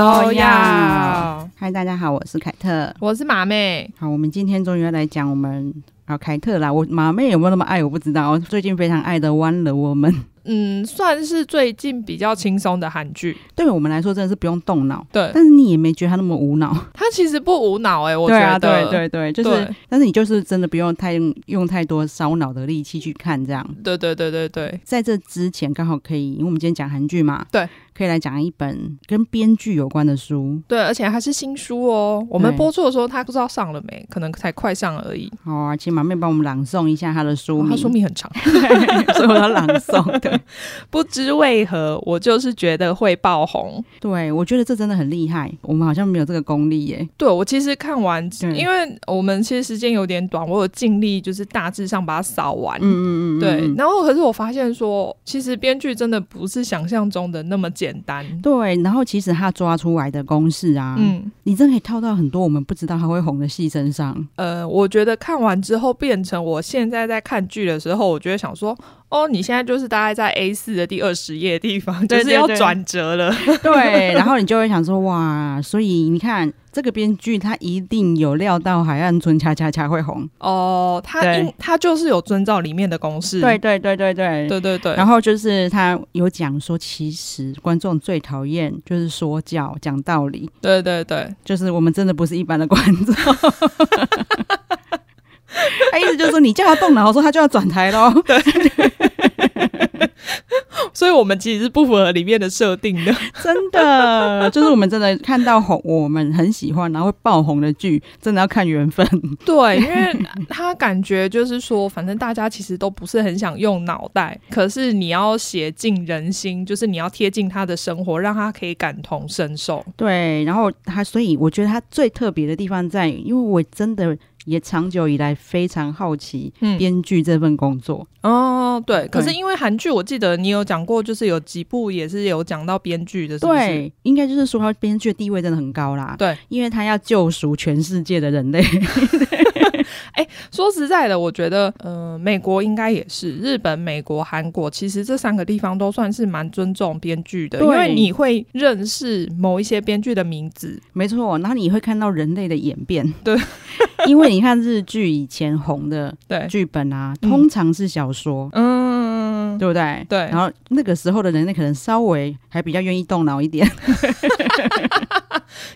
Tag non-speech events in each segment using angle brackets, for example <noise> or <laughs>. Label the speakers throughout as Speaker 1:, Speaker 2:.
Speaker 1: 都要。
Speaker 2: 嗨，大家好，我是凯特。
Speaker 1: 我是马妹，
Speaker 2: 好，我们今天终于要来讲我们啊凯特啦。我马妹有没有那么爱我不知道，最近非常爱的《One 了我们》，
Speaker 1: 嗯，算是最近比较轻松的韩剧。
Speaker 2: 对我们来说真的是不用动脑，
Speaker 1: 对，
Speaker 2: 但是你也没觉得他那么无脑。
Speaker 1: 它其实不无脑哎、我觉
Speaker 2: 嗯对啊，
Speaker 1: 得，
Speaker 2: 对对对，就是
Speaker 1: 对，
Speaker 2: 但是你就是真的不用太用用太多烧脑的力气去看这样。
Speaker 1: 对对对对对，
Speaker 2: 在这之前，刚好可以，因为我们今天讲韩剧嘛，
Speaker 1: 对，
Speaker 2: 可以来讲一本跟编剧有关的书。
Speaker 1: 对，而且还是新书哦。我们
Speaker 2: 对
Speaker 1: 播出的时候，它不知道上了没，可能才快上而已。
Speaker 2: 好啊，请马妹帮我们朗诵一下他的书
Speaker 1: 哦
Speaker 2: 名。
Speaker 1: 它说明很长。
Speaker 2: <laughs> 对，所以我要朗诵。对，
Speaker 1: 不知为何，我就是觉得会爆红。
Speaker 2: 对我觉得这真的很厉害，我们好像没有这个功力耶。
Speaker 1: 对我其实看完，
Speaker 2: 对
Speaker 1: 因为我们其实时间有点短，我有尽力就是大致上把它扫完。
Speaker 2: <laughs> 嗯嗯嗯，
Speaker 1: 对，
Speaker 2: 嗯
Speaker 1: 然后可是我发现说，其实编剧真的不是想象中的那么简单。
Speaker 2: 对，然后其实他抓出来的公式啊，
Speaker 1: 嗯，
Speaker 2: 你真的可以套到很多我们不知道他会红的戏身上。 <laughs>
Speaker 1: 呃，我觉得看完之后变成我现在在看剧的时候，我就会想说，哦，你现在就是大概在 A 四的第二十页的地方，就
Speaker 2: 对
Speaker 1: 是要
Speaker 2: 对对
Speaker 1: 转折了。
Speaker 2: 对，然后你就会想说，哇，所以你看这个编剧他一定有料到海岸村恰恰恰会红。
Speaker 1: <laughs> 哦，他
Speaker 2: 对
Speaker 1: 应他就是有遵照里面的公式。
Speaker 2: 对对对对对。
Speaker 1: 对对对
Speaker 2: 然后就是他有讲说，其实观众最讨厌就是说教讲道理，
Speaker 1: 对对对，
Speaker 2: 就是我们真的不是一般的观众。 <laughs> 他意思就是说，你叫他动脑的时候，他就要转台喽。 <laughs>
Speaker 1: 所以我们其实是不符合里面的设定的。
Speaker 2: 真的，就是我们真的看到红，我们很喜欢，然后会爆红的剧，真的要看缘分。
Speaker 1: <laughs> 对，因为他感觉就是说，反正大家其实都不是很想用脑袋，可是你要写进人心，就是你要贴近他的生活，让他可以感同身受。
Speaker 2: 对，然后他，所以我觉得他最特别的地方在于，因为我真的也长久以来非常好奇
Speaker 1: 嗯
Speaker 2: 编剧这份工作。
Speaker 1: 哦，对，可是
Speaker 2: 对
Speaker 1: 因为韩剧，我记得你有讲过，就是有几部也是有讲到编剧的，是不是，
Speaker 2: 对，应该就是说他编剧的地位真的很高啦。
Speaker 1: 对，
Speaker 2: 因为他要救赎全世界的人类。
Speaker 1: 说实在的，我觉得，呃，美国应该也是，日本、美国、韩国，其实这三个地方都算是蛮尊重编剧的，
Speaker 2: 对
Speaker 1: 因为你会认识某一些编剧的名字，
Speaker 2: 没错，然后你会看到人类的演变。
Speaker 1: 对，
Speaker 2: <laughs> 因为你看日剧以前红的
Speaker 1: 对，
Speaker 2: 剧本啊，
Speaker 1: 嗯
Speaker 2: 通常是小说，
Speaker 1: 嗯，
Speaker 2: 对不对？
Speaker 1: 对
Speaker 2: 然后那个时候的人类可能稍微还比较愿意动脑一点，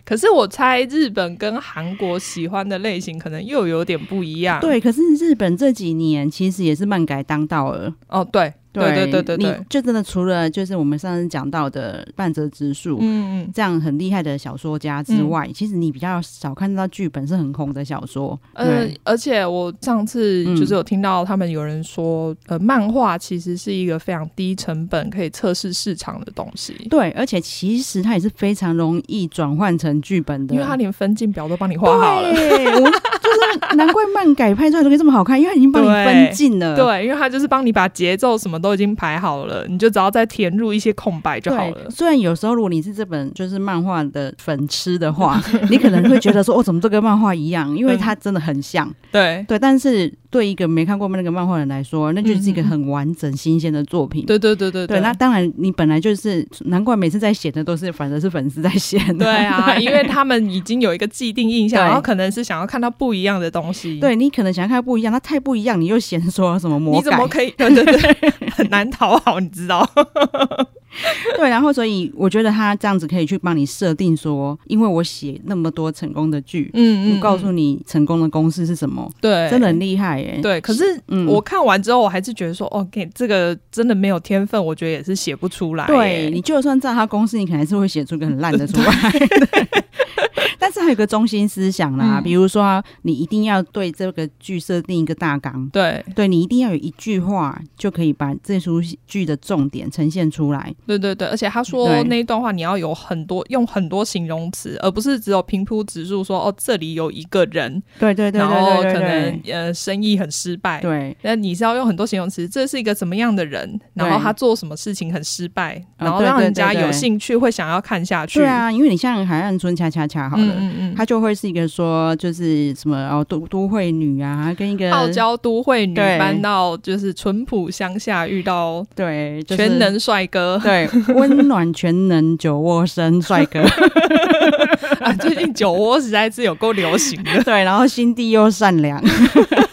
Speaker 1: 可是我猜日本跟韩国喜欢的类型可能又有点不一样。，
Speaker 2: 对。可是日本这几年其实也是漫改当道了，
Speaker 1: 哦，对，对对对对
Speaker 2: 你
Speaker 1: 对，
Speaker 2: 就真的除了就是我们上次讲到的半泽直树、
Speaker 1: 嗯嗯。
Speaker 2: 这样很厉害的小说家之外，其实你比较少看到剧本是很红的小说。
Speaker 1: 呃
Speaker 2: 对，
Speaker 1: 而且我上次就是有听到他们有人说，呃，漫画其实是一个非常低成本可以测试市场的东西，
Speaker 2: 对，而且其实它也是非常容易转换成剧本的，
Speaker 1: 因为它连分镜表都帮你画好了。
Speaker 2: 对，
Speaker 1: <laughs>
Speaker 2: 我就是 <laughs> 难怪漫改拍出来都可以这么好看，因为它已经帮你
Speaker 1: 对
Speaker 2: 分镜了。
Speaker 1: 对，因为它就是帮你把节奏什么都已经排好了，你就只要再填入一些空白就好了
Speaker 2: 对。虽然有时候如果你是这本就是漫画的粉痴的
Speaker 1: <laughs>
Speaker 2: 话，你可能会觉得说，哦，怎么这跟漫画一样？因为它真的很像。
Speaker 1: 对，
Speaker 2: 对，但是对一个没看过那个漫画的人来说，那就是一个很完整、新鲜的作品。
Speaker 1: 对对对对
Speaker 2: 对那当然，你本来就是，难怪每次在写的都是，反正是粉丝在写的。
Speaker 1: <laughs> 对啊，因为他们已经有一个既定印象，
Speaker 2: 对
Speaker 1: 然后可能是想要看到不一样的东西。
Speaker 2: <laughs> 对你可能想要看不一样，它太不一样，你又嫌说什么魔
Speaker 1: 你
Speaker 2: 改
Speaker 1: 怎？么可以？ <laughs> 对对对，很难讨好，你知道？
Speaker 2: 对，然后所以我觉得他这样子可以去帮你设定说，因为我写那么多成功的剧，
Speaker 1: 嗯
Speaker 2: 我告诉你成功的公式是什么，
Speaker 1: 对，
Speaker 2: 真的很厉害耶、
Speaker 1: 对。可是
Speaker 2: 嗯
Speaker 1: 我看完之后，我还是觉得说，哦，给这个真的没有天分，我觉得也是写不出来。
Speaker 2: 对你，就算照他公式，你可能还是会写出个很烂的出来。 <laughs> 但是还有个中心思想啦，
Speaker 1: 嗯
Speaker 2: 比如说你一定要对这个剧设定一个大纲，
Speaker 1: 对
Speaker 2: 对你一定要有一句话就可以把这出剧的重点呈现出来。
Speaker 1: 对对对，而且他说
Speaker 2: 对
Speaker 1: 那一段话，你要有很多用很多形容词，而不是只有平铺直述说，哦，这里有一个人，
Speaker 2: 对对对
Speaker 1: 然后
Speaker 2: 对对
Speaker 1: 可能
Speaker 2: 对
Speaker 1: 呃生意很失败
Speaker 2: 对，。对
Speaker 1: 那你是要用很多形容词，这是一个怎么样的人，然后
Speaker 2: 对
Speaker 1: 他做什么事情很失败，
Speaker 2: 啊
Speaker 1: 然后
Speaker 2: 对
Speaker 1: 让
Speaker 2: 对
Speaker 1: 人家
Speaker 2: 对对
Speaker 1: 有兴趣，会想要看下去。
Speaker 2: 对啊，因为你像海岸村恰恰恰好了，
Speaker 1: 嗯
Speaker 2: 的。
Speaker 1: 嗯啊嗯
Speaker 2: 她就会是一个说，就是什么哦，都都会女啊，跟一个
Speaker 1: 嗯，傲娇都会女
Speaker 2: 对
Speaker 1: 搬到就是淳朴乡下，遇到
Speaker 2: 对、就是
Speaker 1: 全能帅哥
Speaker 2: 对温暖全能酒窝身帅
Speaker 1: <laughs>
Speaker 2: 哥，
Speaker 1: 啊！ <laughs> 最近酒窝实在是有够流行的，
Speaker 2: 对，然后心地又善良，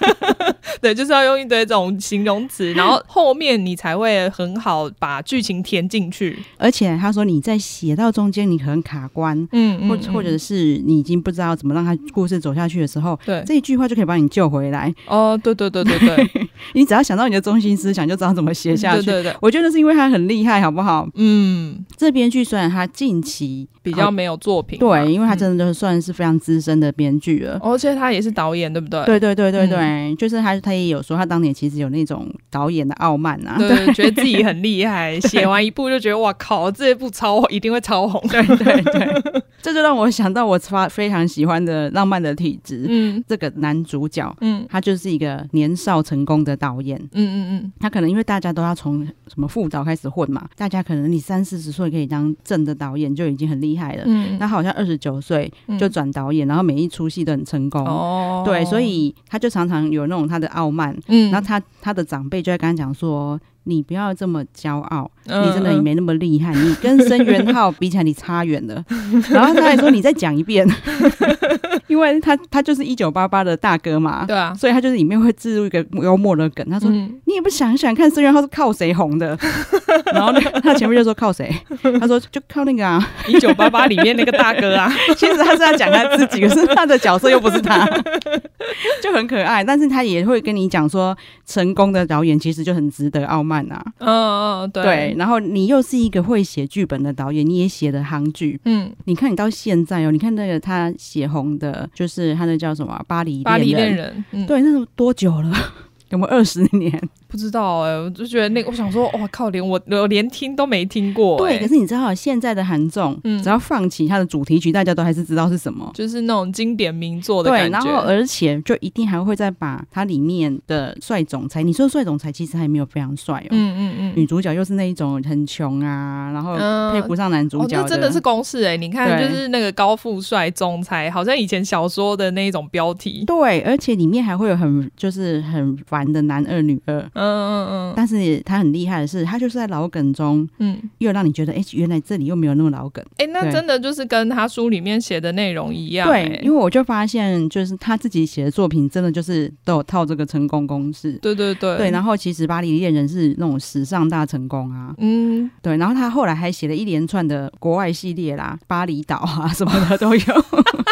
Speaker 1: <laughs> 对，就是要用一堆这种形容词， <laughs> 然后后面你才会很好把剧情填进去。
Speaker 2: 而且她说你在写到中间你可能卡关，
Speaker 1: 嗯嗯
Speaker 2: 或或者是你已经不知道怎么让她故事走下去的时候。
Speaker 1: 对，
Speaker 2: 这一句话就可以把你救回来。
Speaker 1: 哦，对对对对对， <laughs>
Speaker 2: 你只要想到你的中心思想，就知道怎么写下去。
Speaker 1: 对对对，
Speaker 2: 我觉得是因为他很厉害，好不好？
Speaker 1: 嗯，
Speaker 2: 这编剧虽然他近期
Speaker 1: 比较
Speaker 2: 哦
Speaker 1: 没有作品嘛，
Speaker 2: 对，因为他
Speaker 1: 嗯
Speaker 2: 真的就是算是非常资深的编剧了。
Speaker 1: 而且他也是导演，对不对？
Speaker 2: 对对对对对，
Speaker 1: 嗯
Speaker 2: 就是他，他也有说，他当年其实有那种导演的傲慢啊。
Speaker 1: 对，觉得自己很
Speaker 2: <laughs>
Speaker 1: 厉害，写完一部就觉得哇靠，这一部超一定会超红。对，
Speaker 2: 对对， <laughs> 这就让我想到我发非常喜欢的《浪漫的体质》
Speaker 1: 嗯
Speaker 2: 这个男主角，
Speaker 1: 嗯
Speaker 2: 他就是一个年少成功的导演。
Speaker 1: 嗯嗯
Speaker 2: 他可能因为大家都要从什么副导开始混嘛，大家可能你三四十岁可以当正的导演就已经很厉害了。
Speaker 1: 嗯
Speaker 2: 他好像二十九岁
Speaker 1: 嗯
Speaker 2: 就转导演，然后每一出戏都很成功。
Speaker 1: 哦
Speaker 2: 对，所以他就常常有那种他的傲慢，
Speaker 1: 嗯
Speaker 2: 然后他他的长辈就在跟他讲说：“你不要这么骄傲，
Speaker 1: 嗯
Speaker 2: 你真的
Speaker 1: 嗯
Speaker 2: 也没那么厉害，你跟申元浩比起来，你差远
Speaker 1: <laughs>
Speaker 2: 了。”然后他还说：“你再讲一遍， <laughs> 因为他他就是一九八八的大哥嘛，
Speaker 1: 对啊，
Speaker 2: 所以他就是里面会置入一个幽默的梗。”他说：“
Speaker 1: 嗯
Speaker 2: 你也不想想看，孙元浩是靠谁红的？” <laughs> 然后那个他前面就说：“靠谁？”他说：“就靠那个啊。” <laughs>
Speaker 1: 一九八八里面那个大哥啊，
Speaker 2: 其实他是在讲他自己，可是他的角色又不是他， <laughs> 就很可爱。但是他也会跟你讲说，成功的导演其实就很值得傲慢啊。
Speaker 1: 嗯嗯对，
Speaker 2: 然后你又是一个会写剧本的导演，你也写的行剧。
Speaker 1: 嗯，
Speaker 2: 你看你到现在哦，你看那个他写红的，就是他那叫什么啊《巴黎
Speaker 1: 巴黎
Speaker 2: 恋
Speaker 1: 恋人，嗯，
Speaker 2: 对，那是多久了？ <laughs> 有没有二十年？
Speaker 1: 不知道哎，我就觉得那个，我想说，哇靠，连我我连听都没听过，哎
Speaker 2: 对，可，是你知道现在的韩综，
Speaker 1: 嗯
Speaker 2: 只要放起它的主题曲，大家都还是知道是什么。
Speaker 1: 就是那种经典名作的
Speaker 2: 对，
Speaker 1: 感
Speaker 2: 然后
Speaker 1: 觉，
Speaker 2: 而且就一定还会再把它里面的帅总裁，你说帅总裁其实还没有非常帅哦。
Speaker 1: 嗯嗯
Speaker 2: 女
Speaker 1: 嗯。
Speaker 2: 主角又是那一种很穷啊，然后
Speaker 1: 嗯
Speaker 2: 配不上男主
Speaker 1: 哦，
Speaker 2: 角
Speaker 1: 那真的是公式哎、你看，
Speaker 2: 对
Speaker 1: 就是那个高富帅总裁，好像以前小说的那一种标题。
Speaker 2: 对，而且里面还会有很就是很烦的男二女二。
Speaker 1: 嗯嗯
Speaker 2: 但是他很厉害的是，他就是在老梗中
Speaker 1: 嗯嗯，
Speaker 2: 又让你觉得，哎、原来这里又没有那么老梗。
Speaker 1: 哎、那
Speaker 2: 对
Speaker 1: 真的就是跟他书里面写的内容一样、欸。
Speaker 2: 对，因为我就发现，就是他自己写的作品，真的就是都有套这个成功公式。
Speaker 1: 对对对
Speaker 2: 对，然后其实《巴黎恋人》是那种时尚大成功啊，
Speaker 1: 嗯，
Speaker 2: 对，然后他后来还写了一连串的国外系列啦，巴厘岛啊什么的都有， <laughs>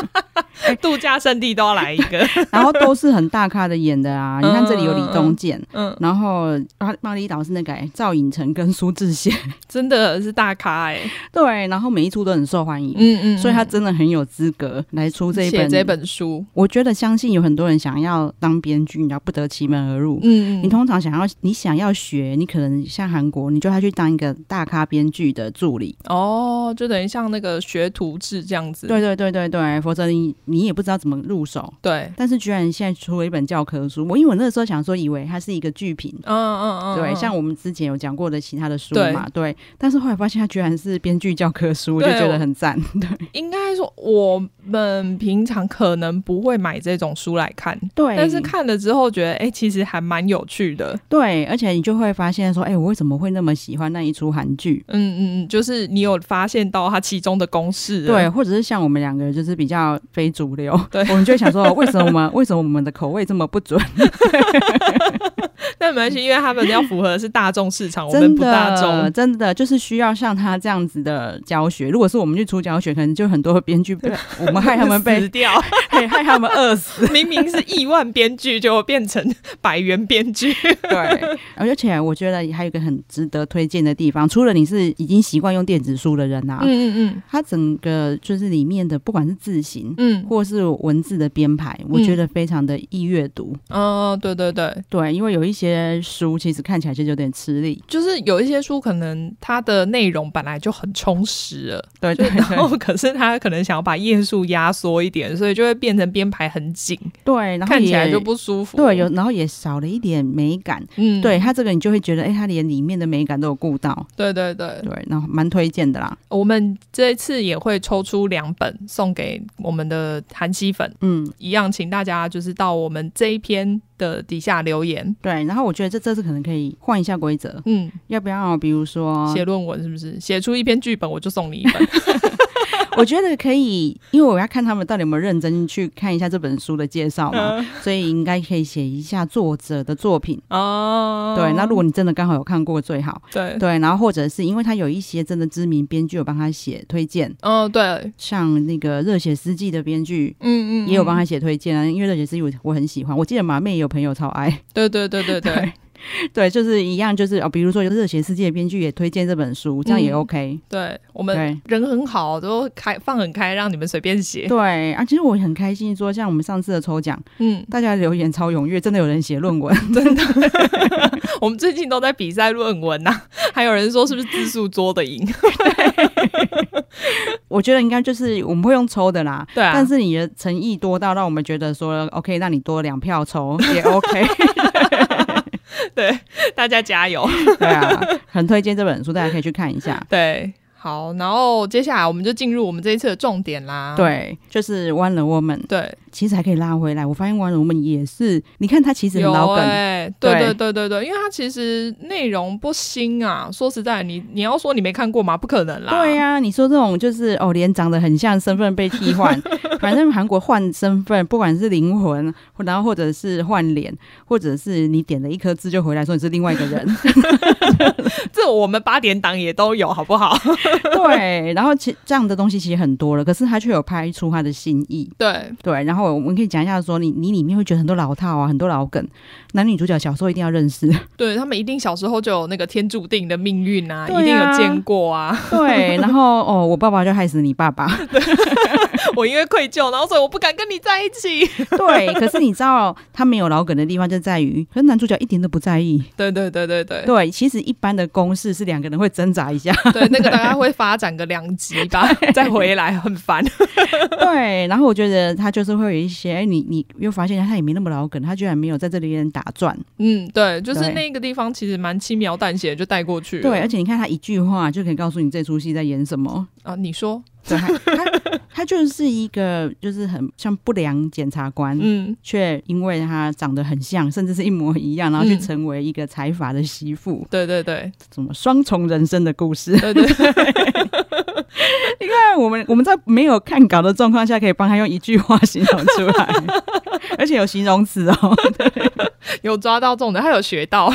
Speaker 2: 哎
Speaker 1: 度假胜地都要来一个。
Speaker 2: 然后都是很大咖的演的啊。你看这里有李东健，
Speaker 1: 嗯，
Speaker 2: 然后巴巴厘岛是那个、欸赵寅成跟苏志燮，
Speaker 1: 真的是大咖哎、
Speaker 2: 对，然后每一出都很受欢迎。
Speaker 1: 嗯嗯
Speaker 2: 所以他真的很有资格来出这一
Speaker 1: 写
Speaker 2: 本。
Speaker 1: 这，本书。
Speaker 2: 我觉得相信有很多人想要当编剧，你要不得其门而入。
Speaker 1: 嗯
Speaker 2: 你通常想要，你想要学，你可能像韩国，你就要去当一个大咖编剧的助理，
Speaker 1: 哦，就等于像那个学徒制这样子。
Speaker 2: 对对对对对，否则你你也不知道怎么入手。
Speaker 1: 对，
Speaker 2: 但是居然现在出了一本教科书，我因为我那时候想说，以为它是一个剧品。
Speaker 1: 嗯嗯嗯，
Speaker 2: 对，
Speaker 1: 嗯
Speaker 2: 像我们之前有讲过的其他的书
Speaker 1: 对
Speaker 2: 嘛，对，但是后来发现它居然是编剧教科书，我就
Speaker 1: 对
Speaker 2: 觉
Speaker 1: 我
Speaker 2: 得很赞。
Speaker 1: 应该说我们平常可能不会买这种书来看，
Speaker 2: 对，
Speaker 1: 但是看了之后觉得，哎、其实还蛮有趣的。
Speaker 2: 对，而且你就会发现说，哎、我为什么会那么喜欢那一出韩剧？
Speaker 1: 嗯嗯嗯，就是你有发现到它其中的公式。
Speaker 2: 对，，或者是像我们两个就是比较非主流，
Speaker 1: 对
Speaker 2: 我们就会想说，为什么我们为什么我们的口味这么不准？
Speaker 1: 但没关系，因为他们要符合的是大众市 <laughs>
Speaker 2: <laughs>
Speaker 1: 场，我们
Speaker 2: 真
Speaker 1: 不大众
Speaker 2: 的，。真的就是需要像他这样子的教学。如果是我们去出教学，可能就很多编剧，我们害他们
Speaker 1: <laughs> 死
Speaker 2: 被
Speaker 1: 掉，
Speaker 2: 害害他们 <laughs> 饿死。
Speaker 1: 明明是亿万编剧，结果变成百元
Speaker 2: <laughs>
Speaker 1: 编剧。
Speaker 2: 对，而且我觉得还有一个很值得推荐的地方，除了你是已经习惯用电子书的人啊，
Speaker 1: 嗯
Speaker 2: 它整个就是里面的不管是字形。
Speaker 1: 嗯
Speaker 2: 或是文字的编排，我觉得非常的易阅读。
Speaker 1: 嗯，哦，对对对，
Speaker 2: 嗯对，因为有一些书其实看起来就有点吃力。
Speaker 1: 就是有一些书可能它的内容本来就很充实了，
Speaker 2: 对
Speaker 1: 就
Speaker 2: 对 <laughs>
Speaker 1: 然
Speaker 2: 对
Speaker 1: 后可是他可能想要把页数压缩一点，所以就会变成编排很紧，
Speaker 2: 对，然后
Speaker 1: 看起来
Speaker 2: 也
Speaker 1: 就不舒服。
Speaker 2: 对，有然后也少了一点美感。
Speaker 1: 嗯，
Speaker 2: 对它这个，你就会觉得，哎、它连里面的美感都有顾到，
Speaker 1: 对对对，
Speaker 2: 对，然后蛮推荐的啦。
Speaker 1: 我们这一次也会抽出两本送给我们的韩熙粉，
Speaker 2: 嗯，
Speaker 1: 一样，请大家就是到我们这一篇的底下留言，
Speaker 2: 对。然后我觉得这这次可能可以换一下规则，
Speaker 1: 嗯，
Speaker 2: 要不要？比如说，
Speaker 1: 写论文是不是？写出一篇剧本我就送你一
Speaker 2: <laughs>
Speaker 1: 本，
Speaker 2: 我觉得可以，因为我要看他们到底有没有认真去看一下这本书的介绍嘛，所以应该可以写一下作者的作品。
Speaker 1: 哦，
Speaker 2: 对，那如果你真的刚好有看过最好。
Speaker 1: <laughs> 对，
Speaker 2: 对，然后或者是因为他有一些真的知名编剧有帮他写推荐，
Speaker 1: 嗯，对，
Speaker 2: 像那个《热血司机》的编剧
Speaker 1: 嗯嗯，
Speaker 2: 也有帮
Speaker 1: 嗯，
Speaker 2: 他写推荐啊，因为《热血司机》我我很喜欢，我记得马妹也有朋友超爱。
Speaker 1: 对对对对
Speaker 2: <laughs>
Speaker 1: 对
Speaker 2: 对，就是一样，就是哦，比如说《热血司机》的编剧也推荐这本书，这样也
Speaker 1: 嗯欸
Speaker 2: OK。
Speaker 1: 对，我们
Speaker 2: 对
Speaker 1: 人很好，都开放很开，让你们随便写，
Speaker 2: 对啊，其实我很开心说，像我们上次的抽奖，
Speaker 1: 嗯， <laughs>
Speaker 2: 大家留言超踊跃，真的有人写论文。 <laughs>
Speaker 1: 我们最近都在比赛论文呐、还有人说是不是字数桌的赢？
Speaker 2: 我觉得应该就是我们会用抽的啦，
Speaker 1: 对啊，
Speaker 2: 但是你的诚意多到让我们觉得说 OK，让你多两票抽也 OK。 <laughs>
Speaker 1: 对大家加油，
Speaker 2: <laughs> 对啊，很推荐这本书，大家可以去看一
Speaker 1: <laughs>
Speaker 2: 下。
Speaker 1: 对，好，然后接下来我们就进入我们这一次的重点啦，
Speaker 2: 对，就是《One Woman》，
Speaker 1: 对，
Speaker 2: 其实还可以拉回来。我发现《One Woman》也是，你看它其实很
Speaker 1: 有
Speaker 2: 老梗，
Speaker 1: 哎、对
Speaker 2: 对
Speaker 1: 对对对对，因为它其实内容不新啊，说实在，你你要说你没看过吗？不可能啦，
Speaker 2: 对、啊呀、你说这种就是哦，脸长得很像，身份被替换，反正韩国换身份，不管是灵魂，然后或者是换脸，或者是你点了一颗痣就回来说你是另外一个人，
Speaker 1: <laughs> 这我们八点档也都有，好不好？
Speaker 2: 对。然后其这样的东西其实很多了，可是他却有拍出他的新意。
Speaker 1: 对，
Speaker 2: <laughs> 对，然后我们可以讲一下说，你你里面会觉得很多老套啊，很多老梗，男女主角小时候一定要认识。
Speaker 1: 对他们一定小时候就有那个天注定的命运啊，
Speaker 2: 对啊
Speaker 1: 一定有见
Speaker 2: <laughs>
Speaker 1: 过啊。 <laughs>
Speaker 2: 对，然后哦，我爸爸就害死你爸 <laughs> 爸。
Speaker 1: 我因为愧疚，然后所以我不敢跟你在一起。
Speaker 2: 对，可是你知道他没有老梗的地方就在于，可是男主角一点都不在意。
Speaker 1: 对对对对对
Speaker 2: <laughs> 对，其实一般的公式是两个人会挣扎一下，
Speaker 1: 对，那个大概会发展个两集吧，再回来很烦。
Speaker 2: <laughs> 对。然后我觉得他就是会有一些，哎，你你又发现他也没那么老梗，他居然没有在这里边打转。
Speaker 1: 嗯，对，就是
Speaker 2: 对
Speaker 1: 那个地方其实蛮轻描淡写的就带过去了。
Speaker 2: 对，而且你看他一句话就可以告诉你这出戏在演什么。
Speaker 1: 啊，你说，
Speaker 2: 对，他他他就是一个就是很像不良检察官。
Speaker 1: 嗯，
Speaker 2: 却因为他长得很像，甚至是一模一样，然后去
Speaker 1: 嗯
Speaker 2: 成为一个财阀的媳妇，
Speaker 1: 对对对 <laughs>
Speaker 2: 什么双重人生的故 <laughs> 事。
Speaker 1: 对对，
Speaker 2: 但我们我们在没有看稿的状况下，可以帮他用一句话形容出 <laughs> 来，而且有形容词 <laughs> 哦。
Speaker 1: 有抓到重点，他有学到。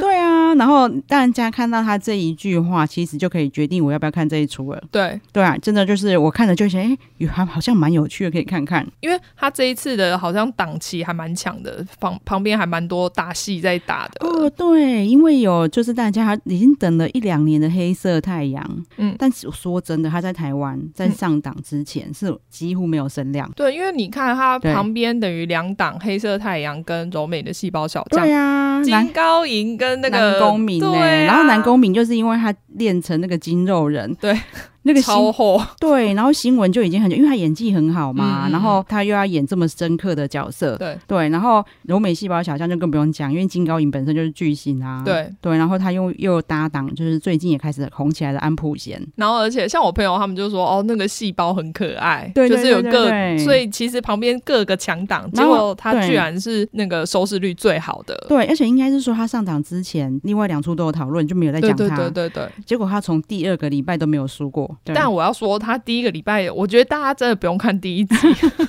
Speaker 2: 对啊，然后大家看到他这一句话，其实就可以决定我要不要看这一出了。
Speaker 1: 对，
Speaker 2: <laughs> 对啊，真的就是我看了就觉得，哎、有还好像蛮有趣的，可以看看。
Speaker 1: 因为他这一次的好像档期还蛮强的，旁旁边还蛮多大戏在打的。
Speaker 2: 哦，对，因为有就是大家已经等了一两年的黑色太阳，
Speaker 1: 嗯
Speaker 2: 嗯，但是说真的，他在台湾在上档之前是几乎没有声量。
Speaker 1: 对，因为你看他
Speaker 2: 对
Speaker 1: 旁边等于两档《黑色太阳》跟《柔美的细胞小将》
Speaker 2: 对啊，男
Speaker 1: 金高银跟那个
Speaker 2: 男公民呢、
Speaker 1: 对啊
Speaker 2: 然后男公民就是因为他练成那个筋肉人，
Speaker 1: 对，
Speaker 2: <laughs> 那个新
Speaker 1: 超厚，
Speaker 2: 对，然后新闻就已经很久，因为他演技很好嘛，
Speaker 1: 嗯嗯嗯
Speaker 2: 然后他又要演这么深刻的角色，
Speaker 1: 对
Speaker 2: 对，然后柔美细胞小将就更不用讲，因为金高银本身就是巨星啊，
Speaker 1: 对。
Speaker 2: 对，然后他又又搭档就是最近也开始红起来的安普贤，
Speaker 1: 然后而且像我朋友他们就说，哦，那个细胞很可爱，
Speaker 2: 对
Speaker 1: 就是有
Speaker 2: 对对
Speaker 1: 各，
Speaker 2: 对
Speaker 1: 所以其实旁边各个强档，结
Speaker 2: 嗯然后
Speaker 1: 果他
Speaker 2: 对
Speaker 1: 居然是那个收视率最好的。
Speaker 2: 对，而且应该是说他上档之前，另外两处都有讨论，就没有再
Speaker 1: 对
Speaker 2: 讲他。
Speaker 1: 对对对对，
Speaker 2: 结果他从第二个礼拜都没有输过。对
Speaker 1: 但我要说，他第一个礼拜，我觉得大家真的不用看第一集， <laughs>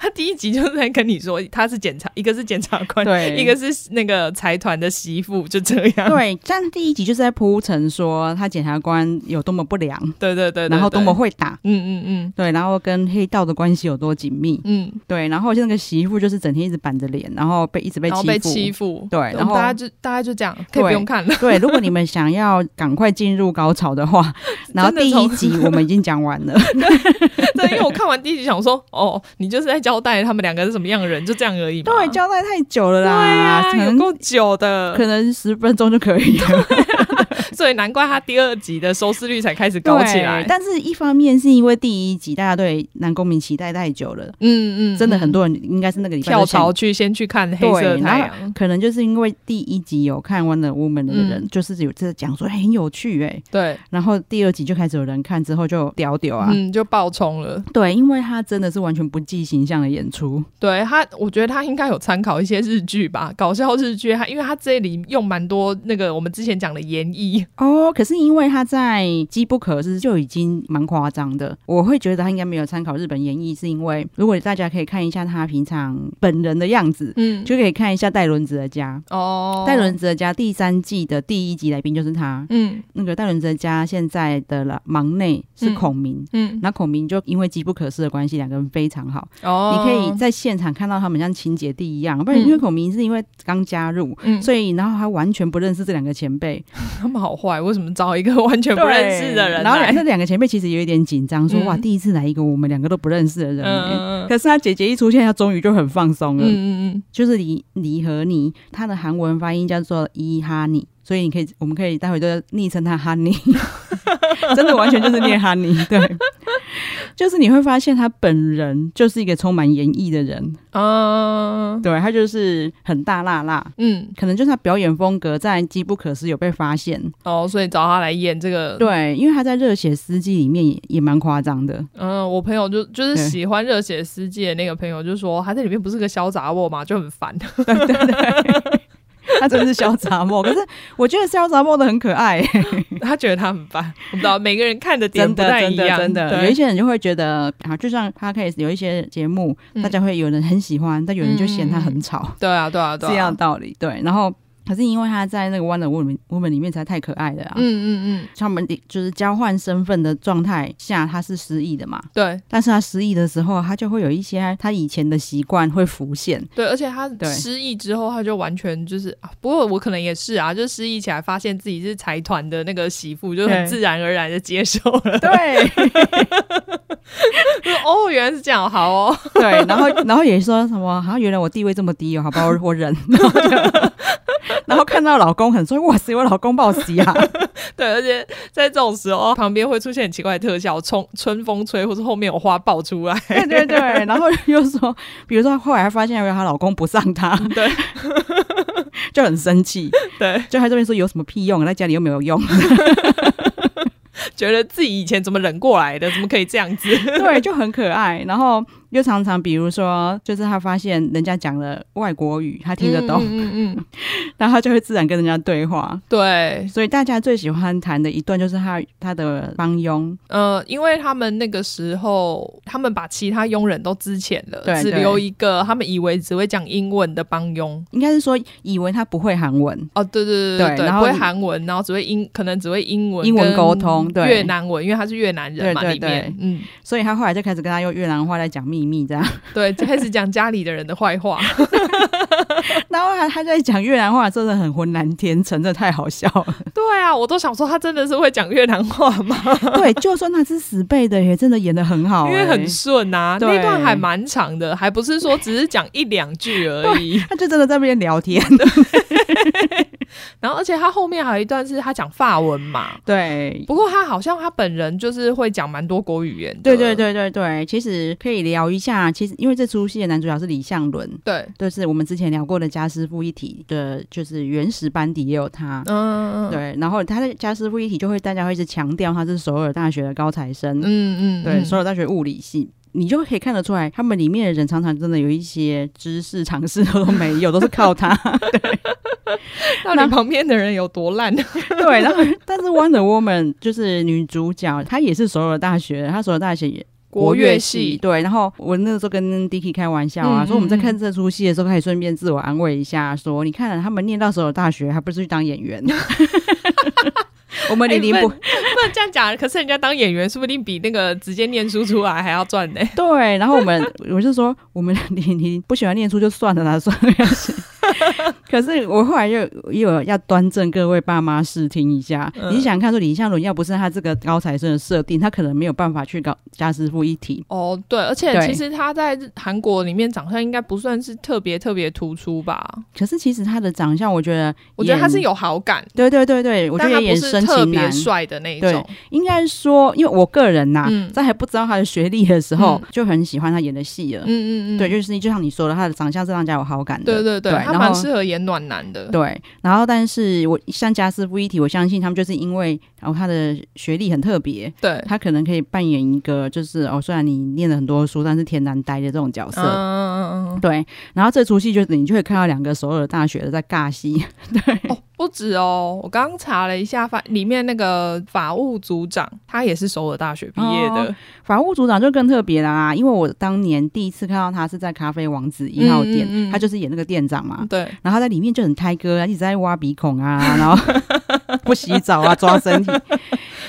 Speaker 1: 他第一集就是在跟你说他是检察，一个是检察官，
Speaker 2: 对
Speaker 1: 一个是那个财团的媳妇，就这样。
Speaker 2: <laughs> 对，但第一集就是在铺陈说他检察官有多么不良，
Speaker 1: 对对对对
Speaker 2: 然后多么
Speaker 1: 对
Speaker 2: 会打。
Speaker 1: 嗯嗯
Speaker 2: 对，然后跟黑道的关系有多紧密，
Speaker 1: 嗯嗯，
Speaker 2: 对，然后就那个媳妇就是整天一直板着脸，然后被一直被
Speaker 1: 然
Speaker 2: 欺负，
Speaker 1: 后被欺负，嗯
Speaker 2: 对然后
Speaker 1: 大家就大家就这样，可以不
Speaker 2: 对
Speaker 1: 用看了。 <laughs>
Speaker 2: 对，如果你们想要赶快进入高潮的 <laughs> 话，然后
Speaker 1: 真的
Speaker 2: 第一
Speaker 1: 从
Speaker 2: 集我们已经讲完了，
Speaker 1: 对，因为我看完第一集想说，哦，你就是在交代他们两个是什么样的人，就这样而已
Speaker 2: <laughs>
Speaker 1: 嘛。
Speaker 2: 对，交代太久了
Speaker 1: 对
Speaker 2: 啦，
Speaker 1: 呀、
Speaker 2: 可
Speaker 1: 有
Speaker 2: 能
Speaker 1: 够久的
Speaker 2: <laughs> 可。能十分钟就可以了。
Speaker 1: <laughs> 所以难怪他第二集的收视率才开始高起来
Speaker 2: 对。但是一方面是因为第一集大家对男公民期待太久了，
Speaker 1: 嗯嗯，
Speaker 2: 真的很多人应该是那个礼拜
Speaker 1: 跳
Speaker 2: 就想
Speaker 1: 槽去先去看《黑色
Speaker 2: 对
Speaker 1: 太
Speaker 2: 然后
Speaker 1: 阳》，
Speaker 2: 可能就是因为第一集有看《Wonder Woman》的人，
Speaker 1: 嗯
Speaker 2: 就是有这讲说、哎很有趣哎、
Speaker 1: 对，
Speaker 2: 然后第二集就开始有人看，之后就屌屌啊，
Speaker 1: 嗯，就爆冲了。
Speaker 2: 对，因为他真的是完全不计形象的演出，
Speaker 1: 对他，我觉得他应该有参考一些日剧吧，搞笑日剧。他因为他这里用蛮多那个我们之前讲的演绎，
Speaker 2: 哦，可是因为他在《机不可失》就已经蛮夸张的，我会觉得他应该没有参考日本演绎，是因为如果大家可以看一下他平常本人的样子，
Speaker 1: 嗯，
Speaker 2: 就可以看一下戴伦子的家。
Speaker 1: 哦，
Speaker 2: 戴伦，子的家第三季的第一集来宾就是他，
Speaker 1: 嗯
Speaker 2: 那个戴伦子的家现在的啦忙内是孔明。
Speaker 1: 嗯，
Speaker 2: 那孔明就因为机不可失的关系，两个人非常好。
Speaker 1: 哦，
Speaker 2: 你可以在现场看到他们像亲姐弟一样，不然
Speaker 1: 嗯
Speaker 2: 因为孔明是因为刚加入，
Speaker 1: 嗯，
Speaker 2: 所以然后他完全不认识这两个前辈，
Speaker 1: 他们好坏，为什么找一个完 <laughs> 全不认识的人
Speaker 2: 然后
Speaker 1: 来？
Speaker 2: 那两个前辈其实有一点紧张，说、
Speaker 1: 嗯
Speaker 2: 哇，第一次来一个我们两个都不认识的人、欸
Speaker 1: 嗯嗯
Speaker 2: 可是他姐姐一出现，他终于就很放松了。
Speaker 1: 嗯嗯
Speaker 2: 就是离离和你，他的韩文发音叫做伊哈尼，所以你可以，我们可以待会就昵称他哈尼， <laughs> 真的完全就是念哈尼，对，就是你会发现他本人就是一个充满演绎的人，
Speaker 1: 嗯，啊，
Speaker 2: 对他就是很大辣辣，
Speaker 1: 嗯，
Speaker 2: 可能就是他表演风格在《机不可失》有被发现，
Speaker 1: 哦，所以找他来演这个，
Speaker 2: 对，因为他在《热血司机》里面也也蛮夸张的，
Speaker 1: 嗯，我朋友就就是
Speaker 2: 对
Speaker 1: 喜欢《热血世界》那个朋友就说，他在里面不是个小杂货嘛，就
Speaker 2: <laughs>
Speaker 1: 很烦。
Speaker 2: 他真的是潇洒梦，可是我觉得潇洒梦的很可爱、
Speaker 1: 他觉得他很烦，我不知道每个人看的点
Speaker 2: 真
Speaker 1: 不
Speaker 2: 的
Speaker 1: 太
Speaker 2: 真
Speaker 1: 一
Speaker 2: 的
Speaker 1: 样，
Speaker 2: 真的，有
Speaker 1: 对
Speaker 2: 一些人就会觉得啊，就像 podcast 有一些节目，
Speaker 1: 嗯
Speaker 2: 大家会有人很喜欢，但有人就嫌它很吵，
Speaker 1: 对啊，对啊，
Speaker 2: 是
Speaker 1: 对
Speaker 2: <laughs>
Speaker 1: 啊，
Speaker 2: 这样的道理。对，然后可是因为他在那个 Wonder Woman Woman 里面才太可爱了啊。
Speaker 1: 嗯嗯嗯，
Speaker 2: 他们就是交换身份的状态下，他是失忆的嘛？
Speaker 1: 对
Speaker 2: 但是他失忆的时候，他就会有一些他以前的习惯会浮现。
Speaker 1: <laughs> 对，而且他
Speaker 2: 对
Speaker 1: 失忆之后，他就完全就是啊，不过我可能也是啊，就失忆起来，发现自己是财团的那个媳妇，就
Speaker 2: 对
Speaker 1: 很自然而然的接受
Speaker 2: <laughs>
Speaker 1: 了。
Speaker 2: 对
Speaker 1: 就说哦，原来是这样，
Speaker 2: <laughs>
Speaker 1: 好哦，
Speaker 2: 对，然后然后也说什么，好啊像原来我地位这么低哦，好吧，我我忍。 <laughs> 然后就然后看到老公很说，哇塞，我老公报喜啊！
Speaker 1: 对，而且在这种时候，旁边会出现很奇怪的特效，冲春风吹，或是后面有花爆出来，
Speaker 2: 对对对，然后又说，比如说后来发现原来她老公不上她，
Speaker 1: 嗯对
Speaker 2: 就很生气，
Speaker 1: <laughs> 对，
Speaker 2: 就她这边说有什么屁用，在家里又没有
Speaker 1: <laughs>
Speaker 2: 用，
Speaker 1: 觉得自己以前怎么忍过来的，怎么可以这样 <laughs> 子？
Speaker 2: 对，就很可爱。然后又常常比如说，就是她发现人家讲了外国语，她听得懂，
Speaker 1: 嗯嗯嗯嗯，
Speaker 2: <laughs> 然后她就会自然跟人家对话。
Speaker 1: 对，
Speaker 2: 所以大家最喜欢谈的一段就是她她的帮佣，
Speaker 1: 呃，因为他们那个时候，他们把其他佣人都支遣了，
Speaker 2: 对
Speaker 1: 只
Speaker 2: 对
Speaker 1: 留一个他们以为只会讲英文的帮佣。
Speaker 2: 应该是说以为她不会韩文，
Speaker 1: 哦，对对对
Speaker 2: 对然
Speaker 1: 不
Speaker 2: 后
Speaker 1: 会韩文，然后只会英，可能只会英文、
Speaker 2: 英文沟通对
Speaker 1: 越南文，因为他是越南人嘛，
Speaker 2: 对对
Speaker 1: 里面，嗯，
Speaker 2: 所以她后来就开始跟她用越南话在讲秘密这样。 <laughs>
Speaker 1: 对，就开始讲家里的人的坏 <laughs> 话，
Speaker 2: 然后她她在讲越南话，真的很浑然天成，真的太好笑了。
Speaker 1: 对啊，我都想说他真的是会讲越南话吗？
Speaker 2: <laughs> 对，就算他是死背的，也真的演的很好、
Speaker 1: 因为很
Speaker 2: 欸
Speaker 1: 顺啊，那
Speaker 2: 对
Speaker 1: 段还蛮长的，还不是说只是讲一两句而 <laughs> 已。
Speaker 2: 他就真的在那边聊
Speaker 1: <laughs>
Speaker 2: 天。
Speaker 1: 然后，而且他后面还有一段是他讲法文嘛，
Speaker 2: 对，
Speaker 1: 不过他好像他本人就是会讲蛮多国语言
Speaker 2: <laughs>
Speaker 1: 的，
Speaker 2: 对对对对对，其实可以聊一下。其实因为这出戏的男主角是李相伦，
Speaker 1: 对，
Speaker 2: 就是我们之前聊过的家师傅一体的，就是原始班底也有他。
Speaker 1: 嗯，
Speaker 2: 对，然后他在家师傅一体就会大家会一直强调他是首尔大学的高材生，
Speaker 1: 嗯嗯，
Speaker 2: 对，
Speaker 1: 嗯
Speaker 2: 首尔大学物理系。你就可以看得出来，他们里面的人常常真的有一些知识常识都没有，都是靠他。
Speaker 1: 到底旁边的人有多 <laughs> 烂？
Speaker 2: 对，然后 <laughs> 但是 Wonder Woman 就是女主角，她也是首尔大学的，她首尔大学也。
Speaker 1: 乐
Speaker 2: 对，然后我那个时候跟 Dicky 开玩笑啊，
Speaker 1: 嗯
Speaker 2: 说我们在
Speaker 1: 嗯嗯
Speaker 2: 看这出戏的时候，可以顺便自我安慰一下，说你看、啊、他们念到首尔大学，还不是去当演
Speaker 1: <laughs>
Speaker 2: 员？我们
Speaker 1: 哎
Speaker 2: 年龄不、
Speaker 1: 不不能这样讲，可是人家当演员说不定比那个直接念书出来还要赚呢。
Speaker 2: <laughs> 对， <laughs> 然后我们 <laughs> 我就说我们年龄不喜欢念书就算了啦，算了。可可是我后来又又有要端正各位爸妈试听一下，
Speaker 1: 嗯
Speaker 2: 你想想看说李相伦要不是他这个高材生的设定，他可能没有办法去搞家师傅一体。
Speaker 1: <laughs> 哦，对，而且
Speaker 2: 对
Speaker 1: 其实他在日韩国里面长相应该不算是特别特别突出吧？
Speaker 2: 可是其实他的长相，我觉得，
Speaker 1: 我觉得他是，有好感，
Speaker 2: 对对对对，我觉
Speaker 1: 但
Speaker 2: 得
Speaker 1: 他
Speaker 2: 也
Speaker 1: 不
Speaker 2: 深
Speaker 1: 是特
Speaker 2: 情
Speaker 1: 别
Speaker 2: 男，
Speaker 1: 帅的那一种。
Speaker 2: 应该说，因为我个人呐、
Speaker 1: 嗯
Speaker 2: 在还不知道他的学历的时候，就很喜欢他演的戏了。
Speaker 1: 嗯嗯嗯，
Speaker 2: 对，就是就像你说的，他的长相是让人家有好感的。
Speaker 1: 对对对，
Speaker 2: 对
Speaker 1: 他
Speaker 2: 然
Speaker 1: 蛮
Speaker 2: 后
Speaker 1: 适合演暖男的。
Speaker 2: 对，然后但是我像家师傅一体，我相信他们就是因为哦他的学历很特别，
Speaker 1: 对，
Speaker 2: 他可能可以扮演一个就是哦虽然你念了很多书，但是天然呆的这种角色。
Speaker 1: 嗯嗯嗯嗯
Speaker 2: 对，然后这出戏就是你就会看到两个首尔大学的在尬戏，
Speaker 1: 嗯，哦，不止哦，我刚刚查了一下，法里面那个法务组长，他也是首尔大学毕业的
Speaker 2: 哦，法务组长就更特别啦，因为我当年第一次看到他是在咖啡王子一号店，
Speaker 1: 嗯嗯嗯
Speaker 2: 他就是演那个店长嘛，
Speaker 1: 对，
Speaker 2: 然后他在里面就很胎哥啊，一直在挖鼻孔啊， <laughs> 然后
Speaker 1: <laughs>
Speaker 2: 不洗澡啊，抓身体。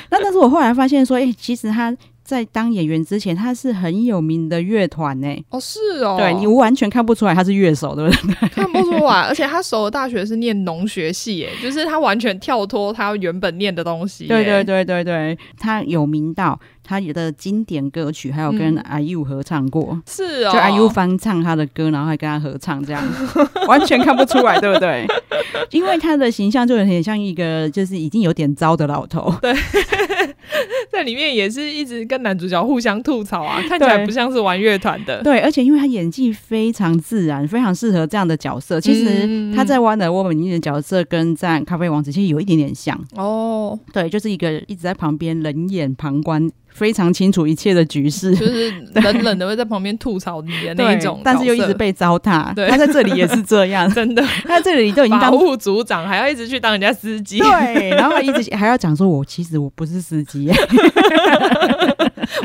Speaker 2: 那但是我后来发现说，哎、其实他在当演员之前，他是很有名的乐团呢。
Speaker 1: 哦是哦，
Speaker 2: 对你完全看不出来他是乐手，对
Speaker 1: <laughs>
Speaker 2: 不对？
Speaker 1: 看不出来，而且他首尔大学是念农学系，耶，就是他完全跳脱他原本念的东西耶，
Speaker 2: 对对对对对，他有名到他的经典歌曲，还有跟
Speaker 1: 嗯
Speaker 2: IU 合唱过，
Speaker 1: 是哦，
Speaker 2: 就 IU 翻唱他的歌，然后还跟他合唱，这样 <laughs> 完全看不出来，对不对？因为他的形象就很像一个就是已经有点糟的老头，
Speaker 1: <laughs> 在里面也是一直跟男主角互相吐槽啊，看起来不像是玩乐团 <laughs> 的。
Speaker 2: 对，而且因为他演技非常自然，非常适合这样的角色。其
Speaker 1: 嗯
Speaker 2: 实他在《Wonder Woman》里面的角色跟在《咖啡王子》其实有一点点像，
Speaker 1: 哦，
Speaker 2: 对，就是一个一直在旁边冷眼旁观，非常清楚一切的局势
Speaker 1: 就。是冷冷的会在旁边吐槽你的那一种
Speaker 2: 对，但是又一
Speaker 1: 角
Speaker 2: 直
Speaker 1: 色
Speaker 2: 被糟蹋。
Speaker 1: 对，
Speaker 2: 他在这里也是这样
Speaker 1: <laughs>
Speaker 2: <laughs>
Speaker 1: 真的
Speaker 2: 他在这里都已经
Speaker 1: 法
Speaker 2: 当
Speaker 1: 务组长还要一直去当人家司机，
Speaker 2: 对，然后他一直还要讲说我其实我不是司机，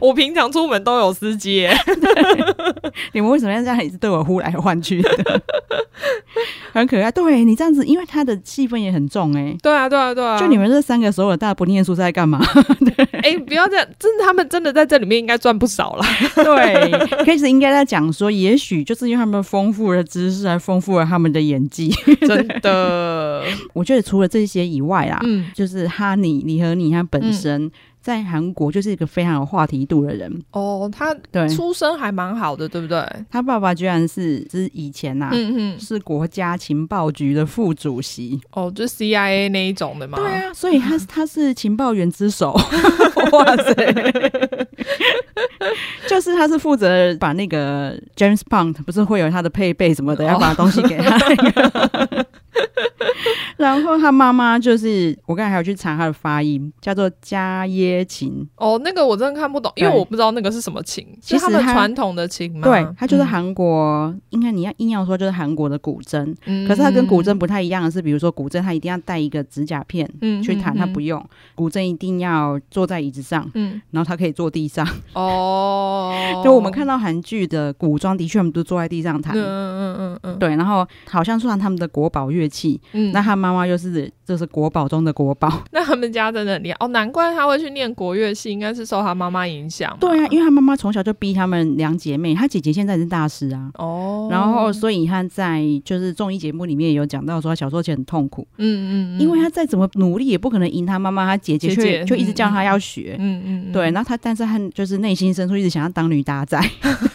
Speaker 1: 我平常出门都有司
Speaker 2: <laughs>
Speaker 1: 机耶，
Speaker 2: 你们为什么要这样一直对我呼来唤去的？ <laughs> 很可爱，对你这样子，因为他的戏份也很重哎、
Speaker 1: 对啊，对啊，对啊，
Speaker 2: 就你们这三个首尔大不念书是在干嘛？
Speaker 1: 哎，不要这样，真的他们真的在这里面应该赚不少
Speaker 2: <laughs>
Speaker 1: 啦。 <laughs>
Speaker 2: 对，开始应该在讲说，也许就是因为他们丰富了知识，还丰富了他们的演技。 <laughs>
Speaker 1: 真的，
Speaker 2: 我觉得除了这些以外啦， <laughs>
Speaker 1: 嗯，
Speaker 2: 就是哈尼李和你他本身、在韩国就是一个非常有话题度的人。
Speaker 1: 哦，他
Speaker 2: 对
Speaker 1: 出身还蛮好的，对不对？
Speaker 2: 他爸爸居然是是以前呐、
Speaker 1: 嗯嗯嗯，
Speaker 2: 是国家情报局的副主席，
Speaker 1: 哦，就 CIA 那一种的嘛，
Speaker 2: 对，啊，所以他他是情报员之
Speaker 1: <laughs>
Speaker 2: 首，哇塞，就是他是负责把那个 James Bond 不是会有他的配备什么的，
Speaker 1: 哦
Speaker 2: 要把东西给他。
Speaker 1: <laughs>
Speaker 2: 然后他妈妈就是我刚才还有去查他的发音，叫做加耶琴，
Speaker 1: 哦，那个我真的看不懂，因为
Speaker 2: 对
Speaker 1: 我不知道那个是什么琴，
Speaker 2: 其
Speaker 1: 是
Speaker 2: 实
Speaker 1: 他们
Speaker 2: 它
Speaker 1: 传统的琴吗？
Speaker 2: 对，他就是
Speaker 1: 嗯
Speaker 2: 韩国，应该你要硬要说就是韩国的古筝，
Speaker 1: 嗯
Speaker 2: 可是它跟古筝不太一样的是，比如说古筝它一定要带一个指甲片。
Speaker 1: 嗯
Speaker 2: 去弹，它不
Speaker 1: 嗯
Speaker 2: 用古筝一定要坐在椅子上，
Speaker 1: 嗯
Speaker 2: 然后它可以坐地上。
Speaker 1: 哦
Speaker 2: <laughs> ，就我们看到韩剧的古装，的确他们都坐在地上弹。
Speaker 1: 嗯嗯嗯嗯嗯，
Speaker 2: 对，然后好像算他们的国宝乐器，
Speaker 1: 嗯，哦
Speaker 2: 那他妈妈又是这是国宝中的国宝。
Speaker 1: 那他们家真的很厉害哦，难怪他会去念国乐系，应该是受他妈妈影响嘛。
Speaker 2: 对啊，因为他妈妈从小就逼他们两姐妹，她姐姐现在是大师啊。
Speaker 1: 哦，
Speaker 2: 然后，所以她在就是综艺节目里面也有讲到说，她小时候其实很痛苦，
Speaker 1: 嗯嗯嗯，
Speaker 2: 因为她再怎么努力也不可能赢她妈妈，她姐姐
Speaker 1: 姐姐
Speaker 2: 却就一直叫她
Speaker 1: 嗯
Speaker 2: 要学。
Speaker 1: 嗯嗯嗯
Speaker 2: 对，然后她但是她就是内心深处一直想要当女打仔。
Speaker 1: <laughs>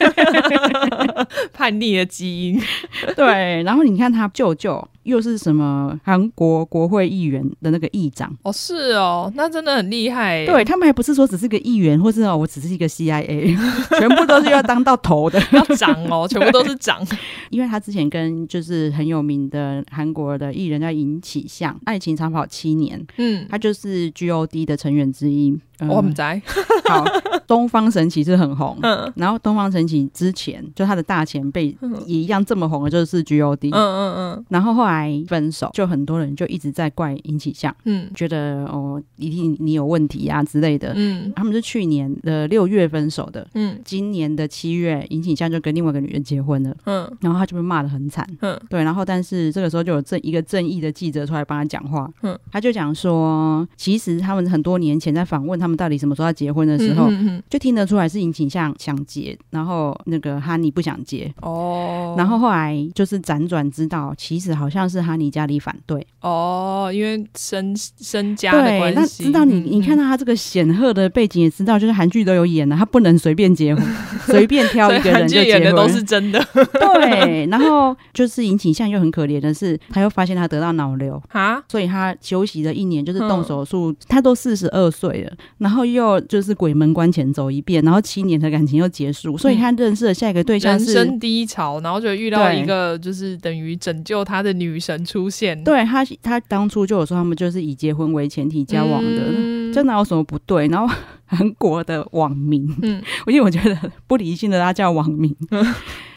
Speaker 1: 叛逆的基因， <laughs>
Speaker 2: 对，然后你看她舅舅又是什么韩国国会议员的那个议长。
Speaker 1: 哦是哦，那真的很厉害耶，
Speaker 2: 对他们还不是说只是个议员，或是哦，我只是一个 CIA，全部都是要当到头的。 <laughs>
Speaker 1: 要长哦，全部都是长，
Speaker 2: 因为他之前跟就是很有名的韩国的艺人叫尹启相，《爱情长跑七年》，
Speaker 1: 嗯，
Speaker 2: 他就是 GOD 的成员之一。嗯
Speaker 1: 我们在，
Speaker 2: 好，东方神起是很红，
Speaker 1: 嗯
Speaker 2: 然后东方神起之前就他的大前辈
Speaker 1: 嗯
Speaker 2: 也一样这么红的就是 GOD，、
Speaker 1: 嗯嗯嗯，
Speaker 2: 然后后来分手，就很多人就一直在在怪引起项，
Speaker 1: 嗯
Speaker 2: 觉得哦一定你有问题啊之类的。
Speaker 1: 嗯
Speaker 2: 他们是去年的六月分手的，
Speaker 1: 嗯
Speaker 2: 今年的七月，引起项就跟另外一个女人结婚了，
Speaker 1: 嗯
Speaker 2: 然后他就被骂的很惨。
Speaker 1: 嗯
Speaker 2: 对，然后但是这个时候就有正一个正义的记者出来帮他讲话，
Speaker 1: 嗯
Speaker 2: 他就讲说，其实他们很多年前在访问他们到底什么时候要结婚的时候，
Speaker 1: 嗯嗯嗯
Speaker 2: 就听得出来是尹景像想结，然后那个哈尼不想结，
Speaker 1: 哦，
Speaker 2: 然后后来就是辗转知道，其实好像是哈尼家里反对，
Speaker 1: 哦，因为身身家的
Speaker 2: 对，那
Speaker 1: 关系，
Speaker 2: 知道你，
Speaker 1: 嗯
Speaker 2: 你看到他这个显赫的背景，也知道就是韩剧都有演的，啊他不能随便结婚，随便挑一
Speaker 1: <laughs> 所
Speaker 2: 个
Speaker 1: 以
Speaker 2: 人
Speaker 1: 韩
Speaker 2: 就
Speaker 1: 剧
Speaker 2: 结
Speaker 1: 演
Speaker 2: 婚，
Speaker 1: 的都是真的
Speaker 2: <laughs> 对。然后就是尹景像又很可怜的是，他又发现他得到脑瘤。
Speaker 1: 啊，
Speaker 2: 所以他休息了一年，就是
Speaker 1: 嗯
Speaker 2: 动手术。他都四十二岁了，然后又就是鬼门关前走一遍，然后七年的感情又结束。所以他认识的下一个对象
Speaker 1: 嗯人
Speaker 2: 是，
Speaker 1: 生低潮，然后就遇到
Speaker 2: 对
Speaker 1: 一个就是等于拯救他的女神出现，
Speaker 2: 对他他当初就有说他们就是以结婚为前提交往的。
Speaker 1: 嗯
Speaker 2: 这哪有什么不对？然后 <laughs> 韩国的网民，
Speaker 1: 嗯
Speaker 2: 因为我觉得不理性的他叫网民，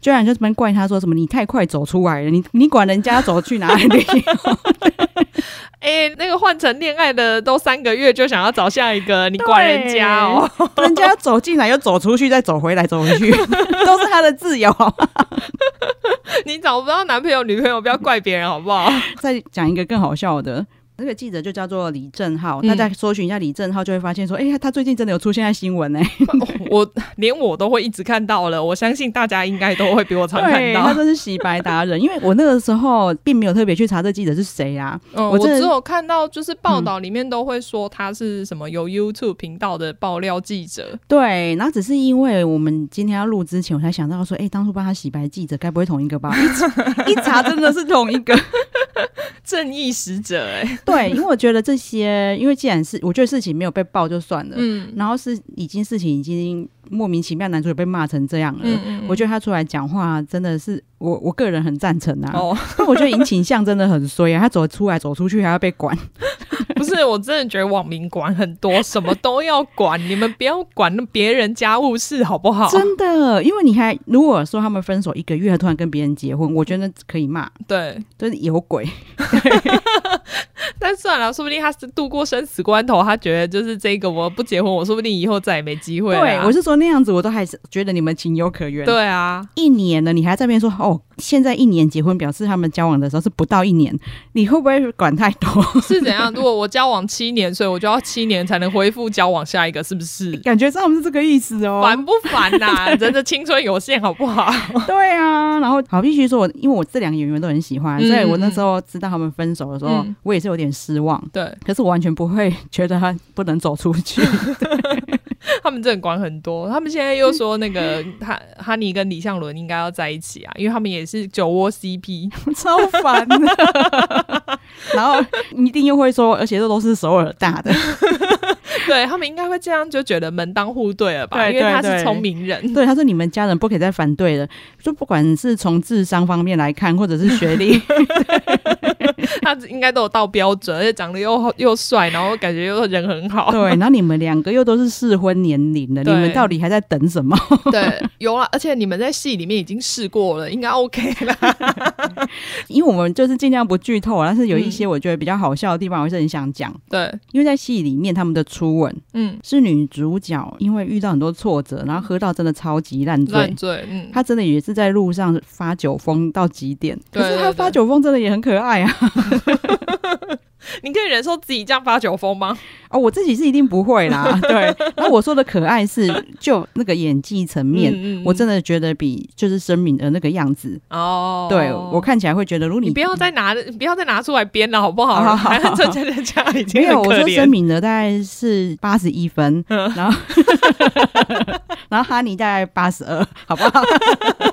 Speaker 2: 居然就这边怪他说什么你太快走出来了，你你管人家走去哪
Speaker 1: <laughs>
Speaker 2: 里？
Speaker 1: 哎、那个换成恋爱的都三个月就想要找下一个，你管人家哦， <laughs>
Speaker 2: 人家走进来又走出去，再走回来走回去，都是他的自由。 <laughs>
Speaker 1: 你找不到男朋友女朋友，不要怪别人好不好？ <laughs>
Speaker 2: 再讲一个更好笑的。那个记者就叫做李正浩，
Speaker 1: 嗯
Speaker 2: 大家搜寻一下李正浩，就会发现说，哎、呀，他最近真的有出现在新闻哎、
Speaker 1: 我连我都会一直看到了，我相信大家应该都会比我常看
Speaker 2: 对，
Speaker 1: 到
Speaker 2: 他。真是洗白达人。因为我那个时候并没有特别去查这记者是谁啊，
Speaker 1: 嗯，
Speaker 2: 我
Speaker 1: 我
Speaker 2: 真的嗯
Speaker 1: 只有看到就是报道里面都会说他是什么有 YouTube 频道的爆料记者，
Speaker 2: 对，然后只是因为我们今天要录之前，我才想到说，哎、当初帮他洗白的记者该不会同一个吧？一查一查真的是同一个。
Speaker 1: 正义使者、哎，
Speaker 2: <laughs> 对，因为我觉得这些，因为既然是我觉得事情没有被爆就算了，
Speaker 1: 嗯
Speaker 2: 然后是已经事情已经莫名其妙，男主也被骂成这样了。
Speaker 1: 嗯嗯，
Speaker 2: 我觉得他出来讲话真的是我我个人很赞成啊，
Speaker 1: 哦，
Speaker 2: 但我觉得尹景相真的很衰啊，他走出来走出去还要被管，
Speaker 1: 不是，我真的觉得网民管很多，什么都要管，你们不要管那别人家务事好不好？
Speaker 2: 真的，因为你还如果说他们分手一个月，他突然跟别人结婚，我觉得可以骂，
Speaker 1: 对，
Speaker 2: 就是有鬼。
Speaker 1: 但算了，说不定他是度过生死关头，他觉得就是这个我不结婚，我说不定以后再也没机会了啊。
Speaker 2: 我是说那样子，我都还是觉得你们情有可原。，
Speaker 1: 对啊，
Speaker 2: 一年了，你还在那边说哦，现在一年结婚，表示他们交往的时候是不到一年，你会不会管太
Speaker 1: <laughs>
Speaker 2: 多？
Speaker 1: 是怎样？如果我交往七年，所以我就要七年才能恢复交往下一个，是不是？
Speaker 2: 感觉上不是这个意思哦。
Speaker 1: 烦不烦呐、人的青春有限，好不好？
Speaker 2: 对啊，然后好必须说我，因为我这两个演员都很喜欢，
Speaker 1: 嗯
Speaker 2: 所以我那时候知道他们分手的时候，
Speaker 1: 嗯
Speaker 2: 我也是有点失望。
Speaker 1: 对
Speaker 2: 可是我完全不会觉得他不能走出
Speaker 1: <laughs>
Speaker 2: 去，
Speaker 1: 他们真的管很多，他们现在又说那个哈哈尼跟李相伦应该要在一起啊，因为他们也是酒窝 CP。
Speaker 2: 超烦的。然后一定又会说，而且这都是首尔大的，
Speaker 1: <laughs> 对他们应该会这样就觉得门当户对了吧？
Speaker 2: 对
Speaker 1: 因为他
Speaker 2: 对对
Speaker 1: 是聪明 <laughs> 人，
Speaker 2: <laughs> 对，他说你们家人不可以再反对了，就不管是从智商方面来看，或者是学 <laughs> 历，
Speaker 1: 他应该都有到标准，而且长得又又帅，然后感觉又人很好。 <laughs>
Speaker 2: 对，然后你们两个又都是适婚年龄了，你
Speaker 1: 对
Speaker 2: 们到底还在等什么？
Speaker 1: 对，有了，而且你们在戏里面已经试过了，应该 OK 了。
Speaker 2: <laughs> 因为我们就是尽量不剧透，啊但是有一些我觉得比较好笑的地方，我是很想讲，
Speaker 1: <laughs> 对，
Speaker 2: 因为在戏里面他们的初吻
Speaker 1: 嗯，
Speaker 2: 是女主角因为遇到很多挫折，然后喝到真的超级烂醉
Speaker 1: 烂。醉，嗯，
Speaker 2: 她真的也是在路上发酒疯到极点，可
Speaker 1: 对
Speaker 2: 是她
Speaker 1: 对对
Speaker 2: 发酒疯真的也很可爱啊！
Speaker 1: 你可以忍受自己这样发酒疯吗？
Speaker 2: 哦，我自己是一定不会
Speaker 1: <laughs>
Speaker 2: 啦，对。那我说的可爱是就那个演技层面，
Speaker 1: 嗯
Speaker 2: 我真的觉得比就是申敏的那个样子，
Speaker 1: 哦，
Speaker 2: 对我看起来会觉得，如果
Speaker 1: 你不要再拿，你不要再拿出来编了，好不好？
Speaker 2: 好好好
Speaker 1: 还 <laughs> 在这这这这已经
Speaker 2: 没有，
Speaker 1: 很
Speaker 2: 我
Speaker 1: 可
Speaker 2: 说申
Speaker 1: 怜。嗯
Speaker 2: 敏的大概是八十一分，然
Speaker 1: <laughs>
Speaker 2: 后然后哈尼大概八十二，好不好？ <laughs>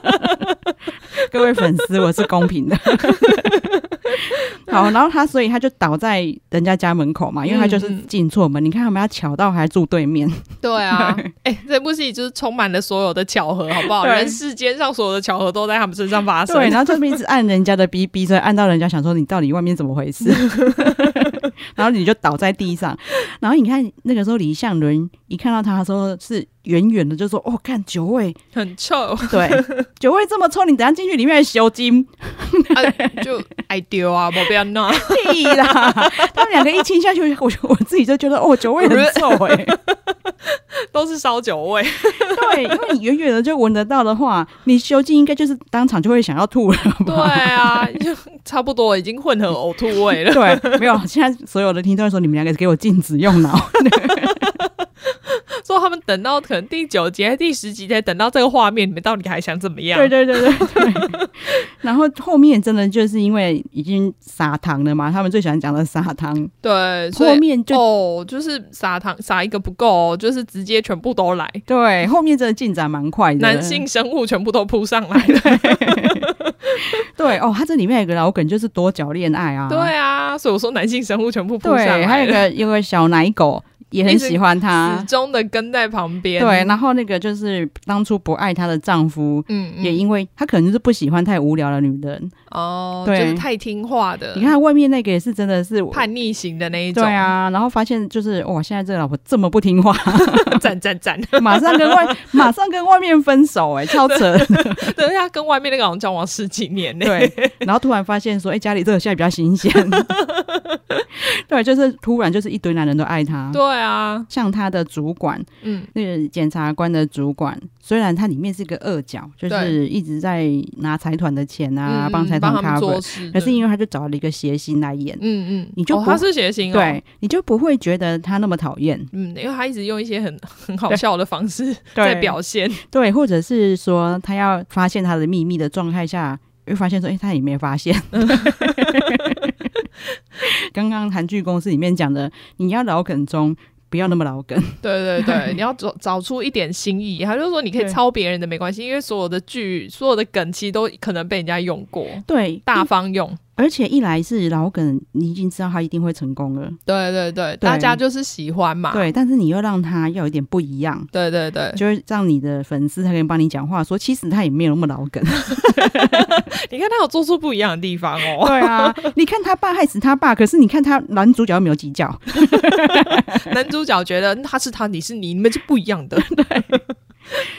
Speaker 2: 各位粉丝，我是公平的。
Speaker 1: <laughs>
Speaker 2: 好，然后他所以他就倒在人家家门口嘛，因为他就是
Speaker 1: 嗯嗯
Speaker 2: 进错门。你看他们要巧到还住对面，
Speaker 1: 对
Speaker 2: <laughs>
Speaker 1: 啊，哎、这部戏就是充满了所有的巧合，好不好？
Speaker 2: 对
Speaker 1: 人世间上所有的巧合都在他们身上发生。
Speaker 2: 对，然后这边一直按人家的 B B，所以按到人家想说你到底外面怎么回事， <laughs> 然后你就倒在地上。然后你看那个时候李相伦一看到他的时候是远远的就说：“哦，看酒味，
Speaker 1: <laughs> 很臭，
Speaker 2: 对，酒味这么臭，你等一下进去里面还修金，
Speaker 1: 啊、就爱丢啊，没必要闹。
Speaker 2: 屁啦！”他们两个一亲下去，我就我自己就觉得哦，酒味很臭哎、
Speaker 1: <laughs> 都是烧酒味，
Speaker 2: 对，因为你远远的就闻得到的话，你修金应该就是当场就会想要吐了
Speaker 1: 对啊，就差不多已经混合呕吐味 <laughs> 了。
Speaker 2: 对，没有，现在所有的听众说你们两个给我禁止用脑，
Speaker 1: 说他们等到可能第九集、还是第十集才等到这个画面，你们到底还想怎么样？
Speaker 2: 对对对 <laughs> 对对。然后后面真的就是因为已经撒糖了嘛，他们最喜欢讲的撒糖，
Speaker 1: 对，所
Speaker 2: 后
Speaker 1: 以
Speaker 2: 面就、
Speaker 1: 哦，就是撒糖撒一个不够、哦，就是直接全部都来，
Speaker 2: 对，后面真的进展蛮快的。
Speaker 1: 男性生物全部都扑上来 <laughs> 了。
Speaker 2: 对哦，他这里面有个老梗就是多角恋爱啊，
Speaker 1: 对啊，所以我说男性生物全部扑上
Speaker 2: 对，还
Speaker 1: 来
Speaker 2: 有一
Speaker 1: 了，
Speaker 2: 个有个小奶狗也很喜欢他
Speaker 1: 始，终的跟在旁边。
Speaker 2: 啊对，，然后那个就是当初不爱她的丈夫。
Speaker 1: 嗯，嗯
Speaker 2: 也因为他可能就是不喜欢太无聊的女人，
Speaker 1: 哦，就
Speaker 2: 对
Speaker 1: 是太听话的，
Speaker 2: 你看他外面那个也是真的是
Speaker 1: 叛逆型的那一种，
Speaker 2: 对，啊，然后发现就是哇，现在这个老婆这么不听话， <laughs>
Speaker 1: 赞赞赞。 <laughs>
Speaker 2: 马上跟外马上跟外面分手、哎，超扯。
Speaker 1: 对，他跟外面那个好像交往十几年呢。
Speaker 2: 对，啊然后突然发现说，哎、家里这个现在比较新
Speaker 1: <laughs>
Speaker 2: 鲜。对，就是突然就是一堆男人都爱她。
Speaker 1: 对啊，
Speaker 2: 像她的主管，
Speaker 1: 嗯，
Speaker 2: 那个检察官的主管，虽然他里面是个恶角，就是一直在拿财团的钱啊，
Speaker 1: 嗯
Speaker 2: 帮财
Speaker 1: 帮
Speaker 2: 团
Speaker 1: 他们
Speaker 2: cover，
Speaker 1: 做事
Speaker 2: 可
Speaker 1: 的，
Speaker 2: 是因为他就找了一个谐星来演，
Speaker 1: 嗯嗯，
Speaker 2: 你就
Speaker 1: 哦
Speaker 2: 不
Speaker 1: 他是谐星哦，
Speaker 2: 对，你就不会觉得他那么讨厌。
Speaker 1: 嗯，因为他一直用一些很 <laughs> 很好笑的方式
Speaker 2: 对
Speaker 1: 在表现，
Speaker 2: 对，或者是说他要发现他的秘密的状态下，会发现说，哎、他也没发现。 <laughs> 刚刚韩剧公司里面讲的，你要老梗中不要那么老梗，
Speaker 1: 对对
Speaker 2: <laughs>
Speaker 1: 对，你要找找出一点新意。他就说你可以
Speaker 2: 对
Speaker 1: 抄别人的没关系，因为所有的剧、所有的梗其实都可能被人家用过，
Speaker 2: 对，
Speaker 1: 大方用。
Speaker 2: 而且一来是老梗，你已经知道他一定会成功了，
Speaker 1: 对对对，大家就是喜欢嘛。
Speaker 2: 对，但是你又让他要有点不一样。
Speaker 1: 对对啊对，
Speaker 2: 就会让你的粉丝才可以帮你讲话，说其实他也没有那么老梗。
Speaker 1: 你看他有做出不一样的地方哦，
Speaker 2: 对啊，你看他爸害死他爸，可是你看他男主角又没有计较，
Speaker 1: <laughs> 男主角觉得嗯他是他，你是你，你们是不一
Speaker 2: <laughs>
Speaker 1: 样的。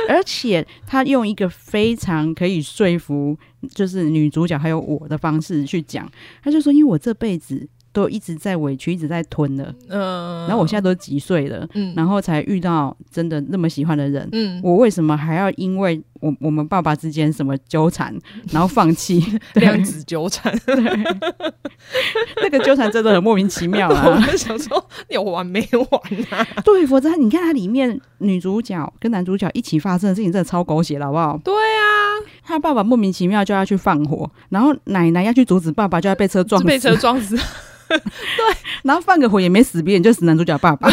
Speaker 2: 而且他用一个非常可以说服，就是女主角还有我的方式去讲，他就说：“因为我这辈子都一直在委屈，一直在吞了，
Speaker 1: 嗯，
Speaker 2: 然后我现在都几岁了，
Speaker 1: 嗯
Speaker 2: 然后才遇到真的那么喜欢的人，
Speaker 1: 嗯，
Speaker 2: 我为什么还要因为我我们爸爸之间什么纠缠，然后放弃？ <laughs>
Speaker 1: 量子纠缠，
Speaker 2: 那个纠缠真的很莫名其妙
Speaker 1: 我 <laughs>
Speaker 2: 啊！
Speaker 1: 在想说你有完没完啊？
Speaker 2: 对，否则你看它里面女主角跟男主角一起发生的事情，真的超狗血了，好不好？
Speaker 1: 对
Speaker 2: <laughs>
Speaker 1: 啊，
Speaker 2: 他爸爸莫名其妙就要去放火，然后奶奶要去阻止爸爸，就要被车撞
Speaker 1: 是
Speaker 2: 死，
Speaker 1: 被车撞死， <laughs>
Speaker 2: 然后放个火也没死别人，就死男主角爸
Speaker 1: <laughs>
Speaker 2: 爸。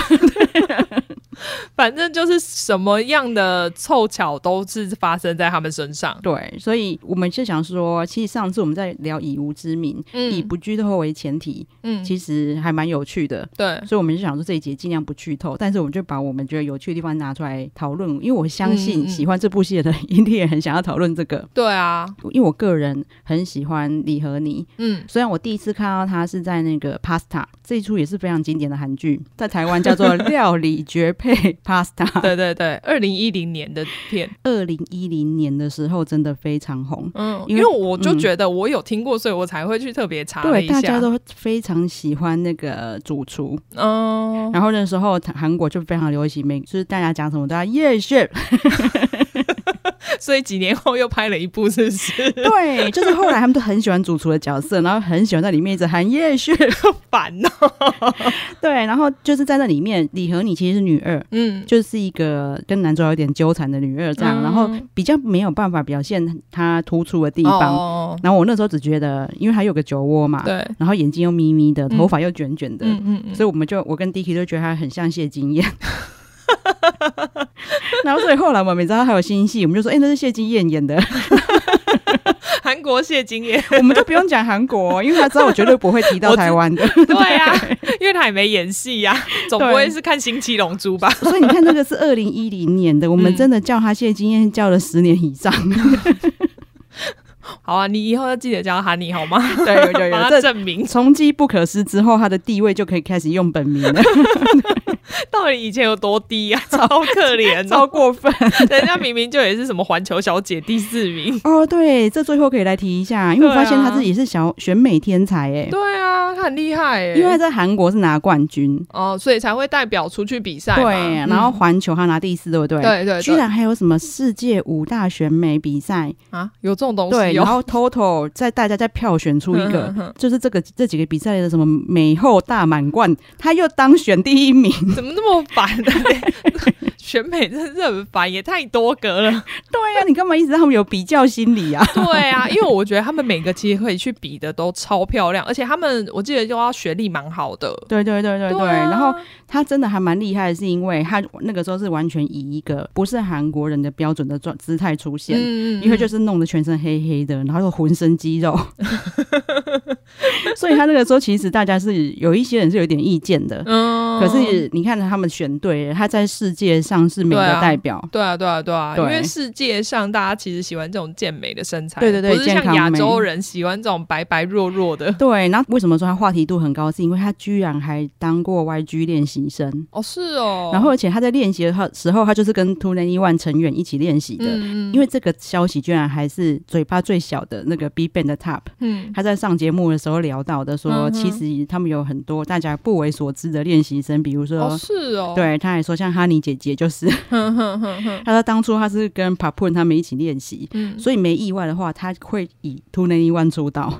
Speaker 1: 反正就是什么样的凑巧都是发生在他们身上。
Speaker 2: 对，所以我们就想说，其实上次我们在聊以无之名，以
Speaker 1: 嗯
Speaker 2: 不剧透为前提，
Speaker 1: 嗯，
Speaker 2: 其实还蛮有趣的。
Speaker 1: 对，
Speaker 2: 所以我们就想说这一节尽量不剧透，但是我们就把我们觉得有趣的地方拿出来讨论，因为我相
Speaker 1: 嗯嗯
Speaker 2: 信
Speaker 1: 嗯
Speaker 2: 喜欢这部戏的人 <laughs> 一定也很想要讨论这个。
Speaker 1: 对啊，
Speaker 2: 因为我个人很喜欢李和妮， <laughs>
Speaker 1: 嗯，
Speaker 2: 虽然我第一次看到他是在那个《Pasta》这一出也是非常经典的韩剧，在台湾叫做《料理绝配 <laughs> Pasta》，
Speaker 1: 对对对，二零一零年的片，
Speaker 2: 二零一零年的时候真的非常红。
Speaker 1: 嗯，因
Speaker 2: 因
Speaker 1: 为
Speaker 2: 为
Speaker 1: 我就
Speaker 2: 嗯
Speaker 1: 觉得我有听过，所以我才会去特别查了
Speaker 2: 对，
Speaker 1: 一
Speaker 2: 大
Speaker 1: 下
Speaker 2: 家。都非常喜欢那个主厨，
Speaker 1: 嗯，
Speaker 2: 然后那时候韩国就非常流行，每就是大家讲什么都要 yes
Speaker 1: <laughs>
Speaker 2: chef，
Speaker 1: <laughs> 所以几年后又拍了一部，是不
Speaker 2: <laughs>
Speaker 1: 是？
Speaker 2: 对，就是后来他们都很喜欢主厨的角色，然后很喜欢在里面一直喊 yes chef，
Speaker 1: 烦哦。 <laughs>
Speaker 2: 对，然后就是在那里面，李和你其实是女二，
Speaker 1: 嗯，
Speaker 2: 就是一个跟男主角有点纠缠的女二这样，然后
Speaker 1: 嗯
Speaker 2: 比较没有办法表现她突出的地方。
Speaker 1: 哦，
Speaker 2: 然后我那时候只觉得，因为她有个酒窝嘛，
Speaker 1: 对，
Speaker 2: 然后眼睛又眯眯的，
Speaker 1: 嗯
Speaker 2: 头发又卷卷的，
Speaker 1: 嗯嗯嗯，
Speaker 2: 所以我们就我跟 Dicky 都觉得她很像谢金燕。 <laughs> 然后所以后来我们也知道她有新戏，我们就说，哎、那是谢金燕演 <laughs> 的，
Speaker 1: 韩国谢金燕，
Speaker 2: 我们就不用讲韩国，因为她知道我绝对不会提到台湾的。
Speaker 1: <laughs> 对啊，因为他也没演戏呀、 <laughs> 总不会是看《新七龙珠》吧？
Speaker 2: 所以你看，这个是二零一零年的，我们
Speaker 1: 嗯
Speaker 2: 真的叫她谢金燕叫了十年以上。
Speaker 1: 好啊，你以后要记得叫哈尼好 <laughs> 吗？
Speaker 2: 对，有有
Speaker 1: 帮
Speaker 2: 有，<laughs>
Speaker 1: 他
Speaker 2: 这
Speaker 1: 证明。
Speaker 2: 从机不可失之后，他的地位就可以开始用本名了。
Speaker 1: <laughs> 到底以前有多低啊， <laughs> 超可怜
Speaker 2: <laughs>
Speaker 1: 哦、
Speaker 2: 超过分
Speaker 1: 人家明明就也是什么环球小姐第四名。
Speaker 2: 哦。对，这最后可以来提一下，因为我
Speaker 1: 对啊
Speaker 2: 发现他自己是小选美天才哎，
Speaker 1: 对啊，她很厉害耶、
Speaker 2: 因为他在韩国是拿冠军，
Speaker 1: 哦，所以才会代表出去比赛嘛。
Speaker 2: 对，
Speaker 1: 嗯
Speaker 2: 然后环球他拿第四，对不对？
Speaker 1: 对对
Speaker 2: 居
Speaker 1: 对
Speaker 2: 然还有什么世界五大选美比赛？
Speaker 1: 啊，有嗯这种东
Speaker 2: 对，
Speaker 1: 西哦
Speaker 2: 然。后 Total 在大家再票选出一
Speaker 1: 哼哼
Speaker 2: 个
Speaker 1: 哼，
Speaker 2: <laughs> 就是这个这几个比赛的什么美后大满贯，他又当选第一名，
Speaker 1: <laughs> 怎么那么烦 <laughs> 呢、选美真是很烦，也太多格了。
Speaker 2: 对
Speaker 1: 啊
Speaker 2: <laughs> 呀、你干嘛一直让他们有比较心理啊？ <laughs>
Speaker 1: 对啊，因为我觉得他们每个其实可以去比的都超漂亮，而且他们我记得就要学历蛮好的。
Speaker 2: 对对对对对，
Speaker 1: 啊
Speaker 2: 然后他真的还蛮厉害的，是因为他那个时候是完全以一个不是韩国人的标准的状姿态出现。
Speaker 1: 嗯
Speaker 2: 因为就是弄得全身黑黑的，然后又浑身肌肉， <laughs> 所以他那个时候其实大家是有一些人是有点意见的。
Speaker 1: 嗯
Speaker 2: 可是你看他们选对了，他在世界上是美
Speaker 1: 对
Speaker 2: 的
Speaker 1: 啊
Speaker 2: 代表，
Speaker 1: 对啊，对啊，对啊，
Speaker 2: 对
Speaker 1: 因为世界上大家其实喜欢这种健美的身材，
Speaker 2: 对对对
Speaker 1: 不是像
Speaker 2: 健康
Speaker 1: 亚
Speaker 2: 美
Speaker 1: 洲人喜欢这种白白弱
Speaker 2: <laughs>
Speaker 1: 弱的。
Speaker 2: 对，然后为什么说他话题度很高？是因为他居然还当过 YG 练习生，
Speaker 1: 哦，是哦，
Speaker 2: 然后而且他在练习的时候，他就是跟 Two n e One 成员一起练习的。
Speaker 1: 嗯，嗯
Speaker 2: 因为这个消息居然还是嘴巴最小的那个 B Ban 的 Top，
Speaker 1: 嗯
Speaker 2: 他在上节目的时候聊到的说，
Speaker 1: 嗯哼
Speaker 2: 其实他们有很多大家不为所知的练习生，比如说，
Speaker 1: 哦是哦，，
Speaker 2: 呃对，他还说像哈尼姐姐就是，
Speaker 1: <laughs> 哼哼哼哼，
Speaker 2: 他说当初他是跟 Papun 他们一起练习，
Speaker 1: 嗯，
Speaker 2: 所以没意外的话，他会以 Two n e One 出道。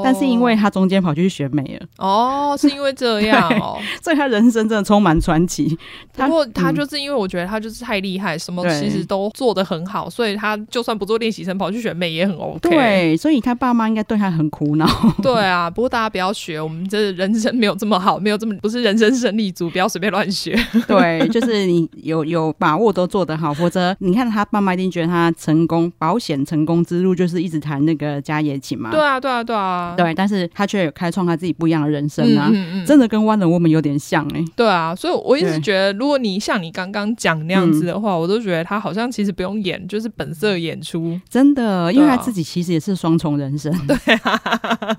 Speaker 2: <laughs> 但是因为他中间跑去选美了，
Speaker 1: 哦，是因为这样哦。
Speaker 2: 所以他人生真的充满传奇。他嗯
Speaker 1: 不过他就是因为我觉得他就是太厉害，什么
Speaker 2: 对
Speaker 1: 其实都做得很好，所以他就算不做练习生，跑去选美也很 OK。
Speaker 2: 对，所以他爸妈应该对他很苦恼。
Speaker 1: <laughs> 对啊，不过大家不要学，我们这人生没有这么好，没有这么不是人生胜利组，不要随便乱
Speaker 2: <laughs>
Speaker 1: 学。
Speaker 2: 对，就是你有有把握都做得好，否则你看他爸妈一定觉得他成功保险成功之路就是一直弹那个家野琴嘛。
Speaker 1: 对啊，对啊，对啊，
Speaker 2: 对，但是他却有开创他自己不一样的人生啊，
Speaker 1: 嗯嗯嗯
Speaker 2: 真的跟 Wonder Woman 有点像哎、
Speaker 1: 对啊，所以我一直
Speaker 2: 对嗯
Speaker 1: 觉得，如果你像你刚刚讲那样子的话，我都觉得他好像其实不用演，就是本色演出。
Speaker 2: 真的，因为
Speaker 1: 对啊啊
Speaker 2: 他自己其实也是双重人生。对、 <laughs>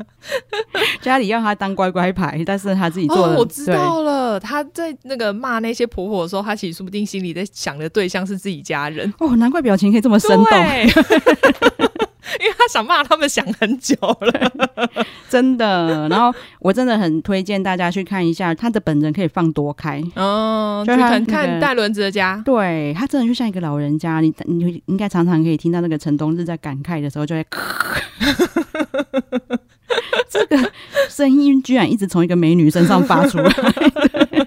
Speaker 2: 家里要他当乖乖牌，但是他自己做的、
Speaker 1: 哦，我知
Speaker 2: 对
Speaker 1: 道了，他在那个骂那些婆婆的时候，他其实说不定心里在想的对象是自己家人。
Speaker 2: 哦，难怪表情可以这么生动，
Speaker 1: 对 <laughs> 因为他想骂他们想很久了。
Speaker 2: 真的。然后我真的很推荐大家去看一下他的本人，可以放多开。
Speaker 1: 嗯，
Speaker 2: 哦就
Speaker 1: 就
Speaker 2: 他
Speaker 1: 可
Speaker 2: 那
Speaker 1: 能
Speaker 2: 个
Speaker 1: 看带轮子的家。
Speaker 2: 对他真的就像一个老人家，你你应该常常可以听到那个陈东日在感慨的时候，就会，这个声音居然一直从一个美女身上发出来，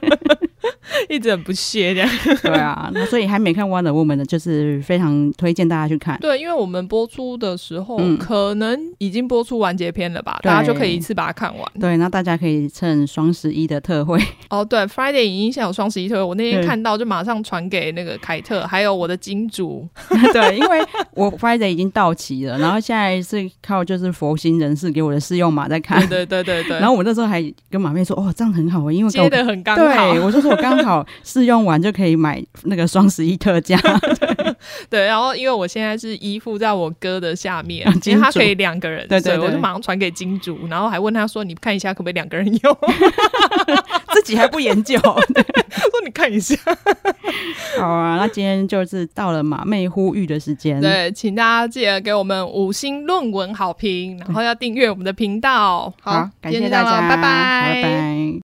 Speaker 2: <laughs>
Speaker 1: 一直很不屑这样。
Speaker 2: 对啊，那所以还没看《Wonder Woman》的，就是非常推荐大家去看。
Speaker 1: <laughs> 对，因为我们播出的时候，
Speaker 2: 嗯
Speaker 1: 可能已经播出完结篇了吧，
Speaker 2: 对
Speaker 1: 大家就可以一次把它看完。
Speaker 2: 对，那大家可以趁双十一的特惠， <laughs>
Speaker 1: 哦，对，Friday 影音现在有双十一特惠，我那天
Speaker 2: 对
Speaker 1: 看到就马上传给那个凯特，还有我的
Speaker 2: <laughs>
Speaker 1: 金主。
Speaker 2: 对，因为我 Friday 已经到期了，然后现在是靠就是佛心人士给我的试用码在看
Speaker 1: 对，对对对对，
Speaker 2: <laughs> 然后我那时候还跟马妹说，哦，这样很好欸，因为
Speaker 1: 接的很刚好。
Speaker 2: 对，我就说我刚好试用完就可以买那个双十一特
Speaker 1: <laughs>
Speaker 2: 价，
Speaker 1: 对，然后因为我现在是依附在我哥的下面
Speaker 2: 啊，
Speaker 1: 因为
Speaker 2: <laughs>
Speaker 1: 他
Speaker 2: 金主
Speaker 1: 可以两个人，
Speaker 2: 对对
Speaker 1: 所以
Speaker 2: 对
Speaker 1: 我就马上传给金主，然后还问他说：“你看一下可不可以两个人用？”
Speaker 2: 自己还不研究。 <laughs>
Speaker 1: 他说：“你看一下。
Speaker 2: 好啊，那今天就是到了马妹呼吁的时”间。
Speaker 1: 对，请大家记得给我们五星论文好评，然后要订阅我们的频道。
Speaker 2: 好，感
Speaker 1: 今
Speaker 2: 谢
Speaker 1: 天就这
Speaker 2: 大
Speaker 1: 样
Speaker 2: 家，
Speaker 1: 了拜拜，
Speaker 2: 拜拜。